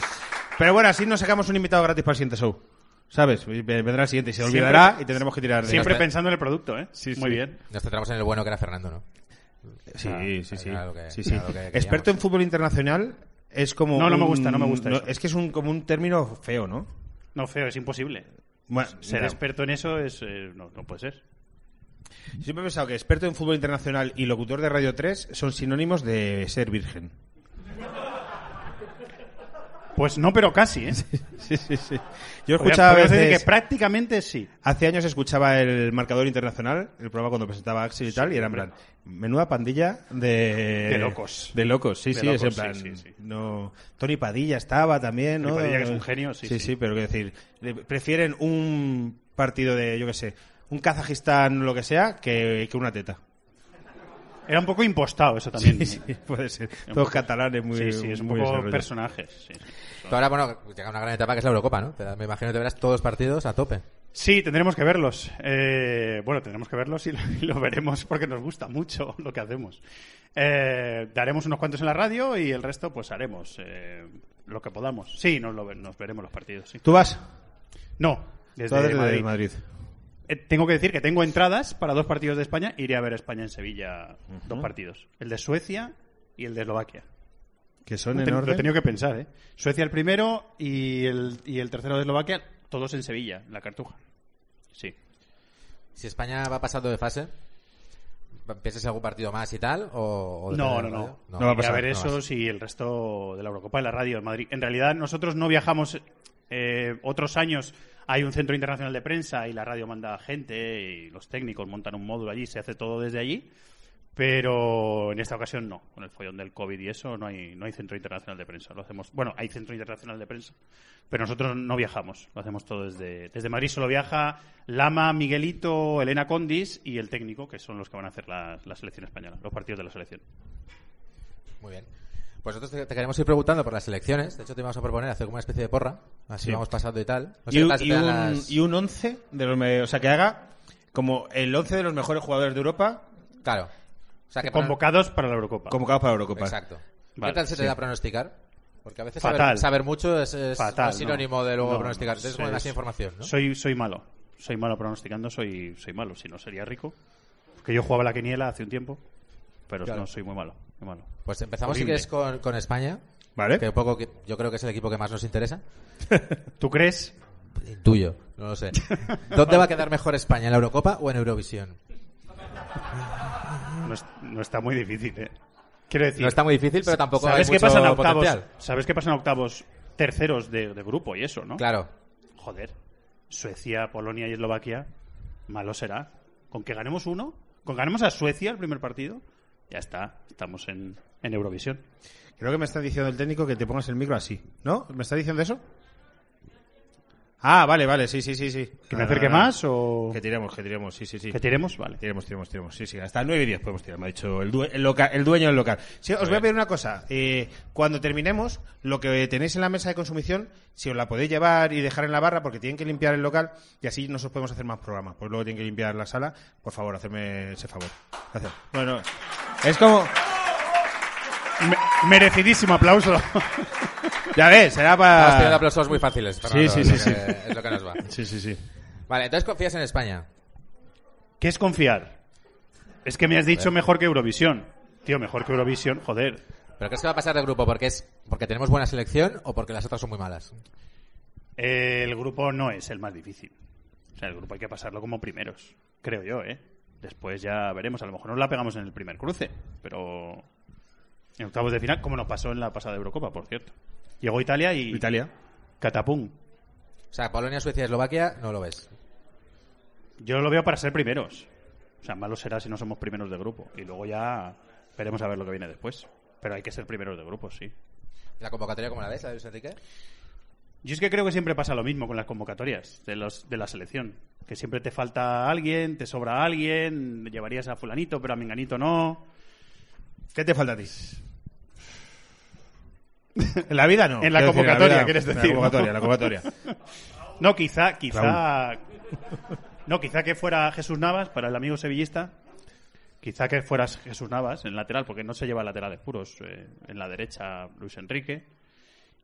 C: Pero bueno, así nos sacamos un invitado gratis para el siguiente show. ¿Sabes? Y Vendrá el siguiente y se
G: Siempre-
C: olvidará y tendremos que tirar de
G: Siempre
B: Gracias.
G: pensando en el producto, ¿eh?
C: Sí,
G: Muy
C: sí.
G: bien.
B: Nos centramos en el bueno que era Fernando, ¿no?
C: Sí,
B: Ah,
C: sí, sí.
B: era lo que-
C: Sí, sí.
B: era lo que queríamos.
C: Experto en fútbol internacional es como.
G: No, no me
C: un-
G: gusta, no me gusta eso.
C: es que es un, como un término feo, ¿no?
G: No, feo, es imposible.
C: Bueno,
G: Ser
C: mira,
G: experto en eso es, eh, no, no puede ser.
C: siempre he pensado que experto en fútbol internacional y locutor de Radio 3 son sinónimos de ser virgen.
G: Pues no, pero casi, ¿eh?
C: Sí, sí, sí. Yo
G: Podría-
C: escuchaba a
G: podríamos decir
C: veces-
G: que prácticamente sí.
C: Hace años escuchaba el marcador internacional, el programa cuando presentaba a Axel y tal, y era en plan, menuda pandilla de...
G: De locos.
C: De locos, sí,
G: De
C: sí,
G: locos,
C: es en plan...
G: sí, sí, sí.
C: No... Tony Padilla estaba también, ¿no?
G: Tony Padilla, que es un genio, sí,
C: Sí,
G: sí.
C: sí, pero quiero decir, le- prefieren un partido de, yo qué sé, un Kazajistán o lo que sea, que, que una teta.
G: Era un poco impostado eso también. ¿eh?
C: Sí, sí, puede ser. Todos catalanes muy...
G: Sí, sí, es un
C: muy ese
G: poco
C: rollo.
G: personajes. Sí.
B: Tú ahora, bueno, llega una gran etapa que es la Eurocopa, ¿no? Te- Me imagino que te verás todos los partidos a tope.
G: Sí, tendremos que verlos. Eh, bueno, tendremos que verlos y lo, y lo veremos porque nos gusta mucho lo que hacemos. Eh, daremos unos cuantos en la radio y el resto pues haremos eh, lo que podamos. Sí, nos, lo ve- nos veremos los partidos. sí.
C: ¿Tú vas?
G: No, Desde
C: Tú eres de
G: Madrid.
C: Madrid.
G: Eh, tengo que decir que tengo entradas para dos partidos de España. Iré a ver a España en Sevilla dos partidos. El de Suecia y el de Eslovaquia.
C: Que son
G: Lo he
C: en
G: ten- Lo he
C: orden.
G: tenido que pensar, ¿eh? Suecia el primero y el, y el tercero de Eslovaquia, todos en Sevilla, en la Cartuja. Sí.
B: Si España va pasando de fase, ¿piensas en algún partido más y tal? O, o depende
G: No, no,
B: del
G: no.
B: partido?
C: No va a
G: Iré
C: pasar,
G: ver
C: no
G: esos y el resto de la Eurocopa de la radio en Madrid. En realidad, nosotros no viajamos. eh, otros años hay un centro internacional de prensa y la radio manda gente y los técnicos montan un módulo allí, se hace todo desde allí. Pero en esta ocasión no, con el follón del COVID y eso no hay no hay centro internacional de prensa, lo hacemos. Bueno, hay centro internacional de prensa, pero nosotros no viajamos, lo hacemos todo desde desde Madrid solo viaja Lama, Miguelito, Elena Condis y el técnico, que son los que van a hacer la, la selección española, los partidos de la selección.
B: Muy bien. Pues nosotros te, te queremos ir preguntando por las elecciones. De hecho, te íbamos a proponer hacer como una especie de porra. Así
C: Sí.
B: vamos pasando y tal. No sé
C: Y
B: qué
C: un,
B: tal Pues se
C: y
B: te dan
C: un-
B: las-
C: y un 11 de los me- o sea que haga como el 11 de los mejores jugadores de Europa
B: Claro. O sea, que para-
G: Convocados para la Eurocopa.
C: convocados para Eurocopa.
B: Exacto.
G: Vale,
B: ¿Qué tal se te
G: sí.
B: da pronosticar? Porque a veces
G: Fatal.
B: saber, saber mucho es, es
G: Fatal,
B: un sinónimo
G: no.
B: de luego
G: No,
B: pronosticar.
G: no,
B: Entonces,
G: soy-
B: con más información, ¿no?
G: Soy, soy malo. Soy malo pronosticando, soy, soy malo. Si no, sería rico. Porque yo jugaba la quiniela hace un tiempo, pero
B: Claro.
G: no, soy muy malo. Muy malo.
B: Pues empezamos, si
G: Horrible.
B: quieres,
G: ¿Eh?
B: con, con España.
C: Vale.
B: Que un poco, que- yo creo que es el equipo que más nos interesa.
G: ¿Tú crees?
B: Intuyo, no lo sé. ¿Dónde va a quedar mejor España, en la Eurocopa o en Eurovisión?
G: No, es- no está muy difícil, ¿eh? Quiero decir,
B: No está muy difícil, pero tampoco
G: ¿sabes
B: hay
G: qué
B: mucho
G: pasa en octavos?
B: potencial.
G: ¿Sabes qué pasa en octavos terceros de, de grupo y eso, no?
B: Claro.
G: Joder, Suecia, Polonia y Eslovaquia, malo será. Con que ganemos uno, con que ganemos a Suecia el primer partido, ya está, estamos en, en Eurovisión.
C: Creo que me está diciendo el técnico que te pongas el micro así, ¿no? ¿Me está diciendo eso? Ah, vale, vale, sí, sí, sí, sí.
G: ¿Que
C: No,
G: me
C: no,
G: acerque
C: no, no.
G: más o
C: Que tiremos, que tiremos, sí, sí, sí.
G: que tiremos? Vale.
C: Tiremos, tiremos, tiremos. Sí, sí, hasta el 9 y 10 podemos tirar, me ha dicho el, due- el, loca- el dueño del local. Sí, os voy a pedir una cosa. eh, cuando terminemos, lo que tenéis en la mesa de consumición, si os la podéis llevar y dejar en la barra, porque tienen que limpiar el local y así nosotros podemos hacer más programas. Pues luego tienen que limpiar la sala. Por favor, hacerme ese favor. Gracias. Bueno, es como.
G: Me- merecidísimo aplauso.
C: Ya ves, será
B: Estamos teniendo
C: para.
B: aplausos muy fáciles.
C: Ah. Sí,
B: Fernando,
C: sí,
B: es
C: sí,
B: lo
C: sí.
B: que- Es lo que nos va.
C: Sí, sí, sí.
B: Vale, entonces confías en España.
G: ¿Qué es confiar? Es que me has dicho mejor que Eurovisión. Tío, mejor que Eurovisión, joder.
B: ¿Pero crees que va a pasar de grupo? ¿Porque es porque tenemos buena selección o porque las otras son muy malas?
G: Eh, el grupo no es el más difícil. O sea, el grupo hay que pasarlo como primeros, creo yo, ¿eh? Después ya veremos. A lo mejor nos la pegamos en el primer cruce, pero en octavos de final, como nos pasó en la pasada Eurocopa, por cierto. Llegó Italia y...
C: Italia.
G: Catapum.
B: O sea, Polonia, Suecia, Eslovaquia, no lo ves.
G: Yo lo veo para ser primeros. O sea, malo será si no somos primeros de grupo. Y luego ya veremos a ver lo que viene después. Pero hay que ser primeros de grupo, sí.
B: ¿La convocatoria cómo la ves, la de Luis Enrique?
G: Yo es que creo que siempre pasa lo mismo con las convocatorias de, los, de la selección. Que siempre te falta alguien, te sobra alguien, llevarías a fulanito, pero a menganito no.
C: ¿Qué te falta a ti? En la vida no.
G: En la
C: Quiero decir,
G: convocatoria,
C: vida-
G: quieres
C: En la
G: decir, ¿no?
C: convocatoria, en la convocatoria.
G: No, quizá, quizá... No, quizá que fuera Jesús Navas, para el amigo sevillista, quizá que fueras Jesús Navas en lateral, porque no se lleva laterales puros. eh, en la derecha, Luis Enrique.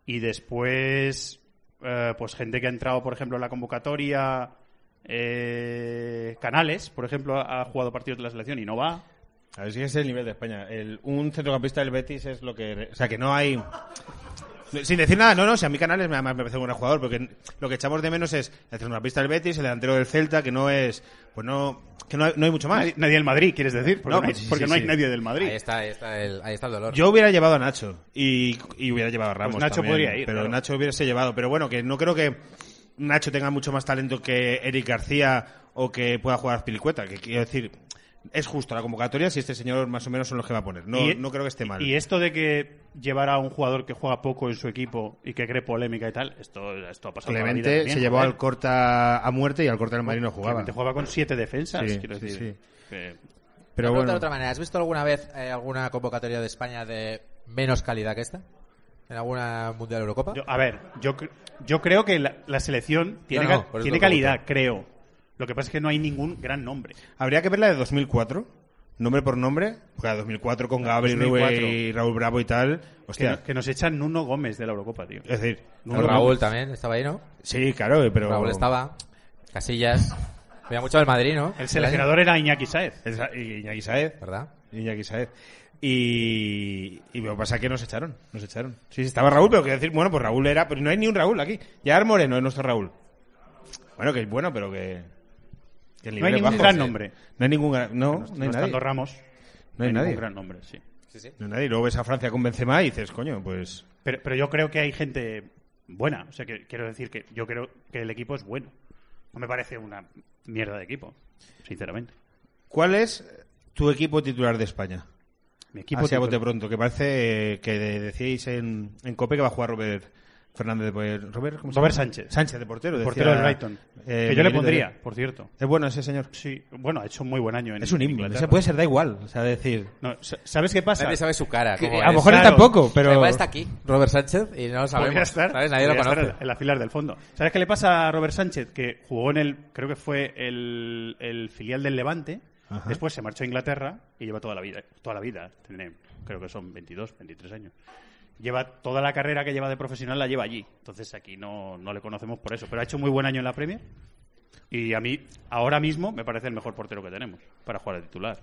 G: Y después, eh, pues gente que ha entrado, por ejemplo, en la convocatoria. eh, Canales, por ejemplo, ha ha jugado partidos de la selección y no va.
C: A ver si es el nivel de España. El- un centrocampista del Betis es lo que. O sea, que no hay. Sin decir nada, no, no, si a mi canal es, además me parece un buen jugador, porque lo que echamos de menos es el centrocampista del Betis, el delantero del Celta, que no es. Pues no. Que no hay, no hay mucho más.
G: Nadie, nadie del Madrid, quieres decir, porque
C: No,
G: no, hay,
C: pues sí,
G: porque
C: sí,
G: no hay
C: sí.
G: nadie del Madrid.
B: Ahí está, ahí está el, ahí está el dolor.
C: Yo hubiera llevado a Nacho y, y hubiera llevado a Ramos.
G: Pues Nacho
C: también,
G: podría ir,
C: Pero
G: claro.
C: Nacho hubiese llevado. Pero bueno, que no creo que Nacho tenga mucho más talento que Eric García o que pueda jugar Pilicueta. Que quiero decir, es justo la convocatoria si este señor más o menos son los que va a poner. No,
G: Y- e-
C: no creo que esté mal.
G: Y esto de que llevar a un jugador que juega poco en su equipo y que cree polémica y tal, esto, esto ha pasado toda la vida
C: Clemente
G: también,
C: se llevó
G: joder.
C: al corta a muerte y al corta del marino jugaba.
G: Clemente jugaba con siete defensas,
C: Sí,
G: quiero
C: sí,
G: decir. Eh,
C: sí.
G: Que-
C: Pero
B: Te pregunto
C: bueno,
B: de otra manera, ¿has visto alguna vez eh, alguna convocatoria de España de menos calidad que esta? ¿En alguna Mundial Eurocopa?
G: yo- a ver, yo, cre- yo creo que la, la selección tiene,
B: no,
G: cal-
B: por eso
G: tiene
B: te
G: calidad, creo. Lo que pasa es que no hay ningún gran nombre.
C: habría que ver la de 2004, nombre por nombre, porque la de 2004 con Gabriel
G: 2004.
C: y Raúl Bravo y tal.
G: Que,
C: Hostia,
G: no- que nos echan Nuno Gómez de la Eurocopa, tío.
C: es decir,
B: Con Raúl también, estaba ahí, ¿no?
C: Sí, claro, pero
B: Raúl estaba. Casillas. Veía mucho del Madrid, ¿no?
G: El seleccionador era Iñaki Saez.
C: Es- Iñaki Saez.
B: ¿Verdad?
C: Iñaki Saez. Y, y lo que pasa es que nos echaron, nos echaron. Sí, sí, estaba Raúl, pero quiero decir, bueno, pues Raúl era, pero no hay ni un Raúl aquí. Ya Moreno es nuestro Raúl. Bueno, que es bueno, pero que... que el
G: No
C: nivel es
G: hay ningún
C: bajo,
G: gran
C: sí.
G: nombre.
C: No hay ningún gran... No, no hay
G: estando
C: nadie.
G: Ramos.
C: No hay
G: ningún
C: nadie.
G: gran nombre, sí.
C: No hay nadie. Y Luego ves a Francia con Benzema y dices, coño, pues...
G: Pero, pero yo creo que hay gente buena. O sea, que quiero decir que yo creo que el equipo es bueno. No me parece una mierda de equipo, sinceramente.
C: ¿Cuál es tu equipo titular de España?
G: Mi equipo.
C: Así a bote
G: titular-
C: pronto, que parece eh, que de- decíais en, en COPE que va a jugar Robert Fernández de portero. Robert, ¿cómo se
G: Robert
C: llama?
G: Sánchez.
C: Sánchez de portero. decía,
G: portero del Brighton.
C: eh,
G: que yo le
C: Miguelito
G: pondría,
C: de-
G: por cierto.
C: Es bueno ese señor.
G: Sí, bueno, ha hecho un muy buen año. En,
C: Es un
G: en
C: himno.
G: Inglaterra.
C: Ese puede ser, da igual. O sea, decir...
G: No, sa- ¿Sabes qué pasa?
B: Nadie sabe su cara.
G: Que-
B: cómo
G: a
B: es.
C: A lo mejor él
G: Claro.
C: tampoco, pero...
B: Igual está aquí, Robert Sánchez, y no lo sabemos.
G: Podría estar,
B: ¿sabes? Nadie lo
G: podría
B: conoce.
G: estar en las filas del fondo. ¿Sabes qué le pasa a Robert Sánchez? Que jugó en el, creo que fue el, el filial del Levante.
C: Ajá.
G: Después se marchó a Inglaterra y lleva toda la vida, toda la vida, tiene, creo que son 22, 23 años. Lleva toda la carrera que lleva de profesional la lleva allí. Entonces aquí no, no le conocemos por eso. Pero ha hecho muy buen año en la Premier y a mí ahora mismo me parece el mejor portero que tenemos para jugar de titular.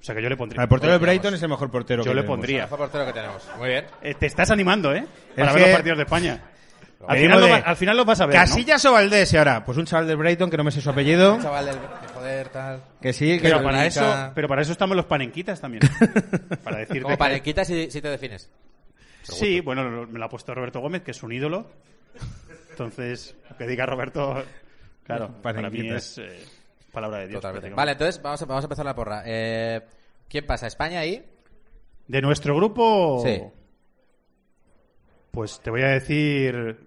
G: O sea que yo le pondría.
C: El portero del Brighton es el mejor portero
G: Yo
C: que
G: le
C: tenemos.
G: pondría.
B: Mejor portero que tenemos. Muy bien.
G: Eh, te estás animando, ¿eh? Para
C: Es
G: ver
C: que-
G: los partidos de España. Al
C: Te
G: final,
C: digo
G: lo
C: de-
G: va- al final los vas a ver. ¿no?
C: ¿Casillas o Valdés? Y ahora, pues un chaval del Brighton que no me sé su apellido.
B: Chaval del... Joder, tal...
C: Que sí, que
G: Pero para,
B: Panenca.
G: eso, pero para eso estamos los panenquitas también. para decirte
B: Como
G: que-
B: parequita si, si te defines.
G: Sí, bueno, lo- me lo ha puesto Roberto Gómez, que es un ídolo. Entonces, lo que diga Roberto, claro, para mí
C: Panenquitas.
G: es eh, palabra de Dios.
B: Totalmente.
G: prácticamente.
B: Vale, entonces vamos a, vamos a empezar la porra. Eh, ¿Quién pasa? ¿España y...?
G: De nuestro grupo,
B: Sí.
G: pues te voy a decir...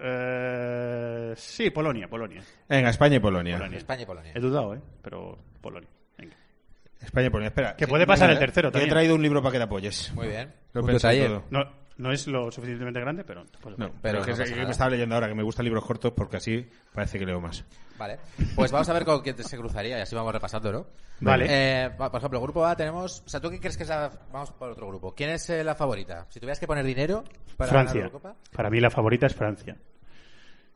G: eh, sí, Polonia, Polonia.
C: Venga, España y Polonia.
G: Polonia.
B: España y Polonia.
G: He dudado, ¿eh? Pero Polonia. Venga.
C: España y Polonia. Espera.
G: Que puede pasar el tercero
C: Te he
G: también.
C: traído un libro para que te apoyes.
B: Muy bien. Pues
C: Lo he
B: Un
C: pensado
B: detalle.
C: todo.
G: No, no es lo suficientemente grande, pero... pues,
C: No,
B: Pero
C: pero que
B: no
C: es-
B: pasa
C: que
B: nada.
C: me estaba leyendo ahora que me gustan libros cortos porque así parece que leo más.
B: Vale. Pues vamos a ver con quién se cruzaría y así vamos repasando, ¿no?
G: Vale.
B: Eh, va- por ejemplo, grupo A tenemos... O sea, ¿tú qué crees que es la... Vamos por otro grupo. ¿Quién es eh, la favorita? Si tuvieras que poner dinero para ganar la
G: Francia.
B: Eurocopa.
G: Para mí la favorita es Francia.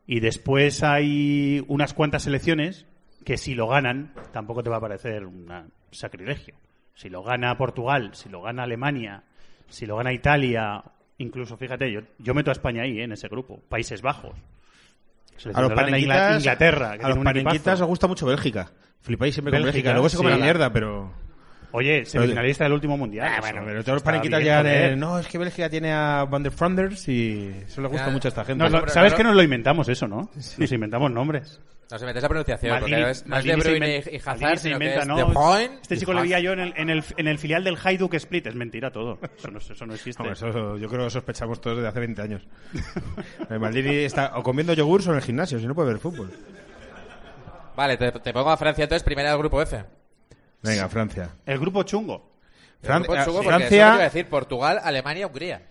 G: Y después hay unas cuantas selecciones que si lo ganan tampoco te va a parecer un sacrilegio. Si lo gana Portugal, si lo gana Alemania, si lo gana Italia, incluso fíjate, yo, yo meto a España ahí, eh, en ese grupo, Países
C: A
G: Bajos.
C: los
G: Selección de Holanda, Ingla-
C: panenquitas,
G: Inglaterra, que
C: a los
G: tiene un equipazo.
C: panenquitas os gusta mucho Bélgica. Flipáis siempre con
G: Bélgica,
C: Bélgica. Luego se come
G: sí.
C: la mierda, pero.
G: Oye, semifinalista del último mundial.
C: Ah,
G: eso.
C: bueno, pero todos los
G: Está
C: panenquitas
G: bien,
C: llegan.
G: joder.
C: eh, No, es que Bélgica tiene a Van der Flanders y eso le gusta
B: Ya.
C: mucho a esta gente.
G: Nos lo-
B: pero
G: Sabes
B: claro.
G: que nos lo inventamos eso, ¿no? Nos inventamos nombres.
B: No se metes la pronunciación,
G: Maldini-
B: porque no es, no es De
G: Maldini se
B: Bruyne
G: inven-
B: y
G: Maldini
B: Hazard,
G: se
B: sino que
G: inventa,
B: es
G: ¿no?
B: De Bruyne
G: Este
B: y
G: chico lo vi
B: Hazard.
G: yo en el, en el, en el filial del Hajduk Split. Es mentira todo. Eso no, eso no existe.
C: Hombre, eso yo creo que sospechamos todos desde hace 20 años. El Maldini está o comiendo yogur o en el gimnasio, si no puede ver fútbol.
B: Vale, te, te pongo a Francia entonces, primera del grupo F.
C: Venga, Francia.
G: El grupo chungo.
C: Fran-
B: El grupo
C: eh,
B: chungo, porque eso es lo que iba a
C: Francia,
B: decir Portugal, Alemania, Hungría.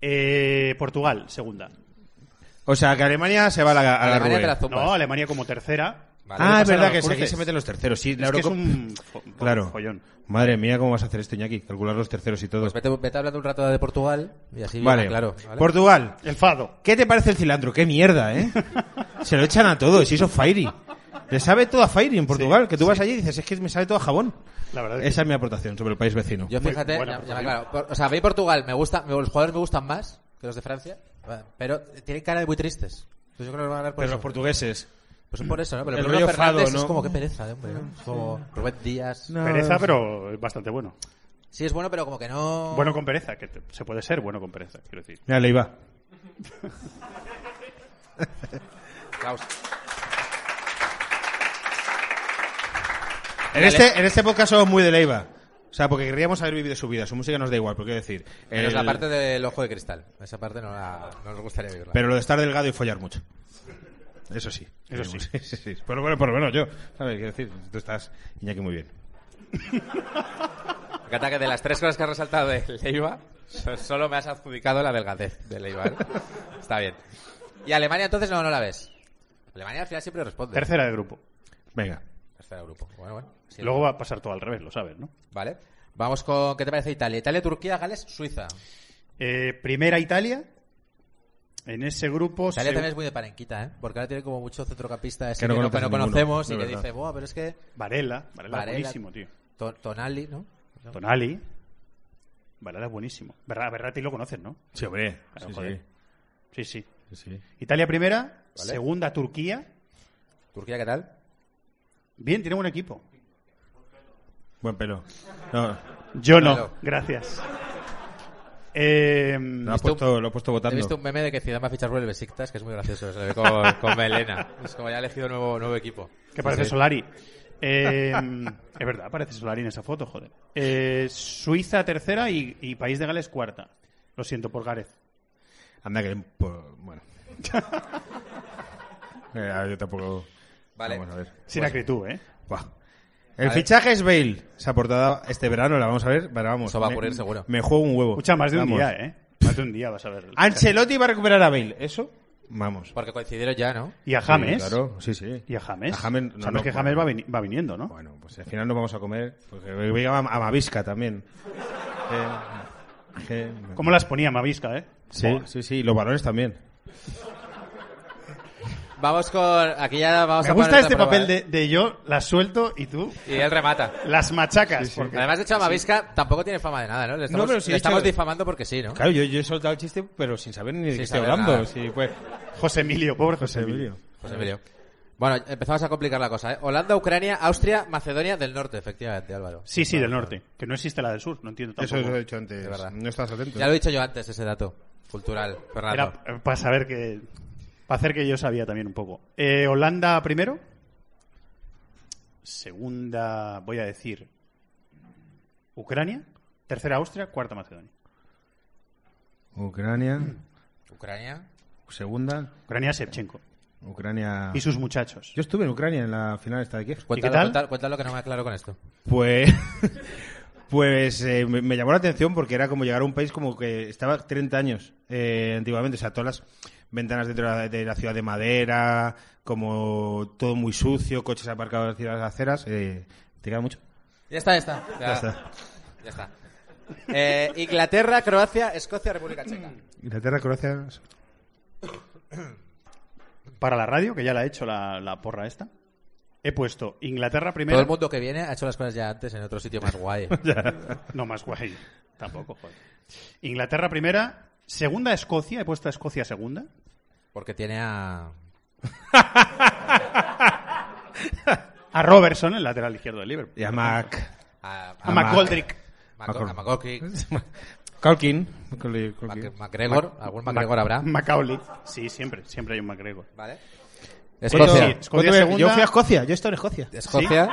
G: Eh, Portugal, segunda.
C: o sea, que Alemania se va a la, a la
B: Alemania
C: Rubén.
B: te la zumpas.
G: No, Alemania como tercera.
B: Vale. pues,
C: Ah, es
G: Pasan a
C: verdad
G: los
C: que sí, aquí
G: cruces.
C: se meten los terceros. Sí, la
G: es que es
C: Eurocopa-
G: un fo- fo-
C: Claro.
G: follón.
C: Madre mía, ¿cómo vas a hacer esto, Iñaki? Calcular los terceros y todo.
B: Pues vete, vete hablando un rato de Portugal y así
C: vale.
B: bien claro. ¿vale?
C: Portugal.
G: El Fado.
C: ¿Qué te parece el cilantro? ¡Qué mierda, eh! Se lo echan a todos, hizo Fairy. Le sabe todo a Fairy en Portugal, que tú vas allí y dices, es que me sabe todo a jabón.
G: La verdad es que
C: Esa es mi aportación sobre el país vecino.
B: Yo
G: Muy
B: fíjate, ya-
G: buena
B: ya me
G: aportación.
B: aclaro. Por- o sea, a mí Portugal me gusta, me- los jugadores me gustan más que los de Francia, va, pero tienen cara de muy tristes. Entonces yo creo que van a ganar por
C: Pero
B: eso.
C: los portugueses.
B: Pues es por eso, ¿no? Pero
C: El
B: Bruno
C: rollo fado,
B: Fernández es
C: ¿no?
B: como que pereza de hombre, ¿no? Es como Rubén Díaz.
G: Pereza, pero es bastante bueno.
B: Sí, es bueno, pero como que no...
G: Bueno con pereza, que te- se puede ser bueno con pereza, quiero decir.
C: Mira, le iba.
B: Klaus.
C: En este, en este podcast somos muy de Leiva. O sea, porque querríamos haber vivido su vida. Su música nos da igual, porque quiero decir.
B: Menos la
C: el-
B: parte del ojo de cristal. Esa parte no, la, no nos gustaría vivirla.
C: Pero lo de estar delgado y follar mucho. Eso sí.
G: Eso sí.
C: sí, sí. Por lo menos, por lo menos yo. ¿Sabes? Quiero decir, tú estás, Iñaki, muy bien.
B: Me encanta que de las tres cosas que has resaltado de Leiva, so- solo me has adjudicado la delgadez de Leiva. ¿no? Está bien. ¿Y Alemania entonces no, no la ves? Alemania al final siempre responde.
G: Tercera de grupo.
C: Venga.
B: Tercero grupo. Bueno, bueno. Sí.
G: Luego va a pasar todo al revés, lo sabes, ¿no?
B: Vale. Vamos con, ¿qué te parece Italia? Italia, Turquía, Gales, Suiza.
G: Eh, primera Italia, En ese grupo.
B: Italia
G: se-
B: también es muy de parenquita, ¿eh? Porque ahora tiene como muchos centrocampistas
C: Que
B: que
C: no
B: no, que
C: conoces
B: no
C: a ninguno,
B: conocemos
C: de
B: y que
C: verdad.
B: dice, Buah, pero es que
G: Varela. Varela,
B: Varela.
G: buenísimo, tío.
B: To- Tonali, ¿no?
G: Tonali. Varela es buenísimo. Berra- Berrati lo conoces, ¿no?
C: Sí, hombre.
G: Claro,
C: Sí,
G: joder. Sí, sí.
C: sí, sí.
G: Italia primera,
B: Vale.
G: segunda Turquía.
B: Turquía, ¿qué tal?
G: Bien, tiene buen equipo.
C: Buen pelo. No,
G: Yo no,
B: Claro.
G: gracias. Eh,
C: lo, has
B: visto-
C: puesto, lo has puesto
B: He visto
C: votando.
B: un meme de que Zidane va a fichar por el Besiktas, que es muy gracioso. Se le ve con, con melena. Es como ya ha elegido nuevo, nuevo equipo.
G: que parece
B: Sí, sí.
G: Solari. Eh, es verdad, parece Solari en esa foto, joder. Eh, Suiza tercera y, y País de Gales cuarta. Lo siento por Gareth.
C: Anda, que. po- Bueno. Eh, ah, yo tampoco.
B: Vale.
C: Vamos a ver.
G: Sin acritud, ¿eh?
C: Buah. El
B: A ver.
C: fichaje es Bale. Esa portada este verano la vamos a ver. Pero vamos,
B: Eso va a
C: me-
B: ocurrir seguro.
C: Me juego un huevo.
G: Escucha, más de un
C: Pues Vamos.
G: día, ¿eh? Más de un día vas a ver.
C: Ancelotti va a recuperar a Bale. ¿Eso? Vamos.
B: Porque coincidieron ya, ¿no?
G: Y a James.
C: Sí, claro, sí, sí.
G: Y a James.
C: A James, no,
G: Sabes
C: no,
G: que
C: bueno.
G: James va, vini- va viniendo, ¿no?
C: Bueno, pues al final nos vamos a comer. Porque venga a, a Mavisca también. Eh, que-
G: ¿Cómo las ponía Mavisca, eh?
C: Sí, sí, sí. y Los balones también.
B: Vamos con. Aquí ya vamos
G: Me
B: a
G: gusta
B: poner
G: este
B: otra prueba,
G: papel de, de yo, las suelto y tú
B: ¿eh? Y él remata.
G: las machacas. porque-
B: Además, de hecho, a Mavisca tampoco tiene fama de nada, ¿no? Le estamos,
C: pero sí
B: le
C: he
B: estamos
C: hecho-
B: difamando porque sí, ¿no?
C: Claro, yo, yo he soltado el chiste, pero sin saber ni de
B: Sin
C: qué estoy
B: saber
C: hablando.
B: nada.
C: Sí, pues,
G: José Emilio, pobre
C: José
G: José Emilio.
C: Emilio.
B: José Emilio. Bueno, empezamos a complicar la cosa, ¿eh? Holanda, Ucrania, Austria, Macedonia del Norte, efectivamente, Álvaro.
G: Sí, sí, del norte. Que no existe la del sur, no entiendo
C: Eso
G: tampoco.
C: lo he dicho antes.
B: De verdad.
C: No estás atento.
B: Ya lo he dicho yo antes, ese dato cultural, Fernando.
G: Era eh, para saber que... Para hacer que yo sabía también un poco. Eh, Holanda primero. Segunda, voy a decir, Ucrania. Tercera, Austria. Cuarta, Macedonia.
C: Ucrania.
B: Ucrania.
C: Segunda.
G: Ucrania, Shevchenko.
C: Ucrania.
G: Y sus muchachos.
C: Ah. Yo estuve en Ucrania en la final esta de Kiev.
B: Cuéntalo, cuéntalo,
G: tal?
B: cuéntalo que no me aclaro con esto.
C: Pues, pues eh, me, me llamó la atención porque era como llegar a un país como que estaba 30 años eh, antiguamente, o sea, todas las ventanas dentro de la, de la ciudad de madera, como todo muy sucio, coches aparcados en las aceras, eh, te queda mucho.
B: Ya está, ya está. Ya,
C: Ya está.
B: ya está. Eh, Inglaterra, Croacia, Escocia, República Checa.
C: Inglaterra, Croacia.
G: Para la radio, que ya la he hecho la, la porra esta. He puesto Inglaterra primero.
B: Todo el mundo que viene ha hecho las cosas ya antes en otro sitio más guay.
G: No más guay. Tampoco, joder. Inglaterra primera. Segunda, Escocia. He puesto a Escocia segunda.
B: Porque tiene a.
G: A Robertson, el lateral izquierdo de Liverpool.
C: Y a Mac.
B: A, a-
G: A McGoldrick.
B: Maco- a McGoldrick,
C: Colkin.
B: Mac- McGregor. Algún McGregor habrá.
G: Mm. Macaulay. Sí, siempre. Siempre hay un McGregor.
B: Vale.
G: Sí,
B: Escocia.
G: Escocia
C: Yo
G: segunda.
C: fui a Escocia, yo he estado en Escocia.
B: Escocia.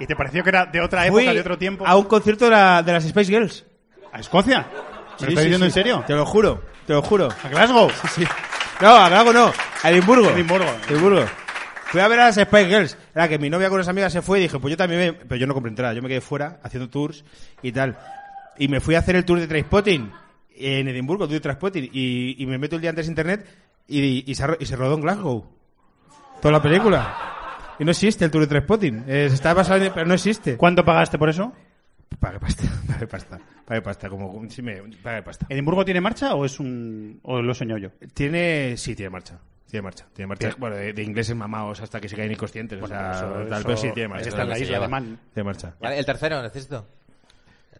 G: ¿Y te pareció que era de otra época,
C: Fui
G: de otro tiempo?
C: a un concierto de, la- de las Space Girls.
G: ¿A Escocia? ¿Me lo
C: Sí,
G: estás
C: sí,
G: diciendo en
C: sí.
G: serio?
C: Te lo juro, te lo juro.
G: ¿A Glasgow?
C: Sí. No, a Glasgow no, a Edimburgo.
G: Edimburgo.
C: Edimburgo. Fui a ver a las Spice Girls. Era que mi novia con unas amigas se fue y dije, pues yo también me... Pero yo no compré entrada, yo me quedé fuera haciendo tours y tal. Y me fui a hacer el tour de Trainspotting en Edimburgo, tour de Trainspotting. Y, y me meto el día antes en internet y, y se, ha ro- y se rodó en Glasgow. Toda la película. Y no existe el tour de Trainspotting. Eh, se está basado en... Pero no existe.
G: ¿Cuánto pagaste por eso?
C: Pague pasta, pague pasta. Pague pasta, como... Sí, me... Pague pasta.
G: ¿Edimburgo tiene marcha o es un... o lo soñó yo?
C: Tiene, sí, tiene marcha. Tiene marcha. Tiene marcha. Bueno, de, de ingleses mamados hasta que se caen inconscientes.
G: Bueno,
C: o sea,
G: eso-
C: tal,
G: eso-
C: pero sí tiene marcha.
G: Está en la
B: Sí,
G: isla
B: lleva.
G: de Man.
C: Tiene marcha.
B: Vale, el tercero, necesito.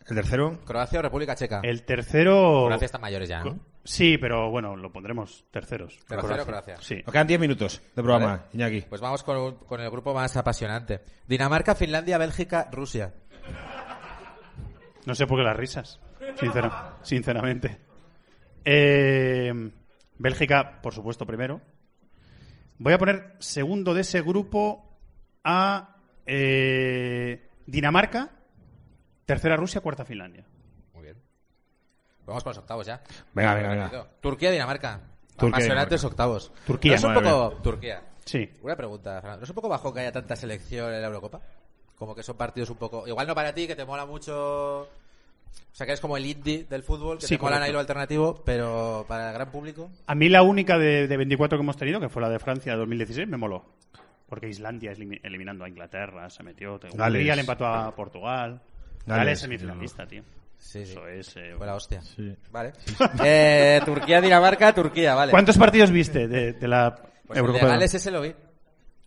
C: El tercero,
B: Croacia o República
C: Ah.
B: Checa.
G: El tercero...
B: Croacia están mayores ya, ¿no?
G: Sí, pero bueno, lo pondremos terceros.
B: Tercero, Croacia.
G: Sí.
C: nos quedan 10 minutos de programa,
B: Vale.
C: Iñaki.
B: Pues vamos con, un- con el grupo más apasionante. Dinamarca, Finlandia, Bélgica, Rusia.
G: No sé por qué las risas, sincera- sinceramente. Eh, Bélgica, por supuesto, primero. Voy a poner segundo de ese grupo a eh, Dinamarca, tercera Rusia, cuarta Finlandia.
B: Muy bien. Vamos con los octavos ya.
C: Venga, venga, venga.
B: Turquía, Dinamarca.
C: Turquía,
B: Apasionantes
C: Dinamarca.
B: octavos.
G: Turquía.
B: ¿No es un
C: Madre
B: poco Turquía.
G: Sí.
B: Una pregunta, Fernando. ¿No es un poco bajo que haya tanta selección en la Eurocopa? Como que son partidos un poco. Igual no para ti, que te mola mucho. O sea, que eres como el indie del fútbol, que
G: Sí,
B: te molan
G: correcto.
B: ahí lo alternativo, pero para el gran público.
G: A mí la única de, de 24 que hemos tenido, que fue la de Francia 2016, me moló. Porque Islandia es limi- eliminando a Inglaterra, se metió. te-
C: Gales.
G: Hungría le empató a Portugal.
C: Gales,
G: Gales, es semifinalista, tío.
B: Sí, sí.
G: Eso es. eh,
B: Fue la hostia.
H: Sí.
B: Vale. Eh, Turquía, Dinamarca, Turquía, vale.
G: ¿Cuántos partidos viste de, de la
B: Pues el de
G: Eurocopa?
B: Gales ese lo vi.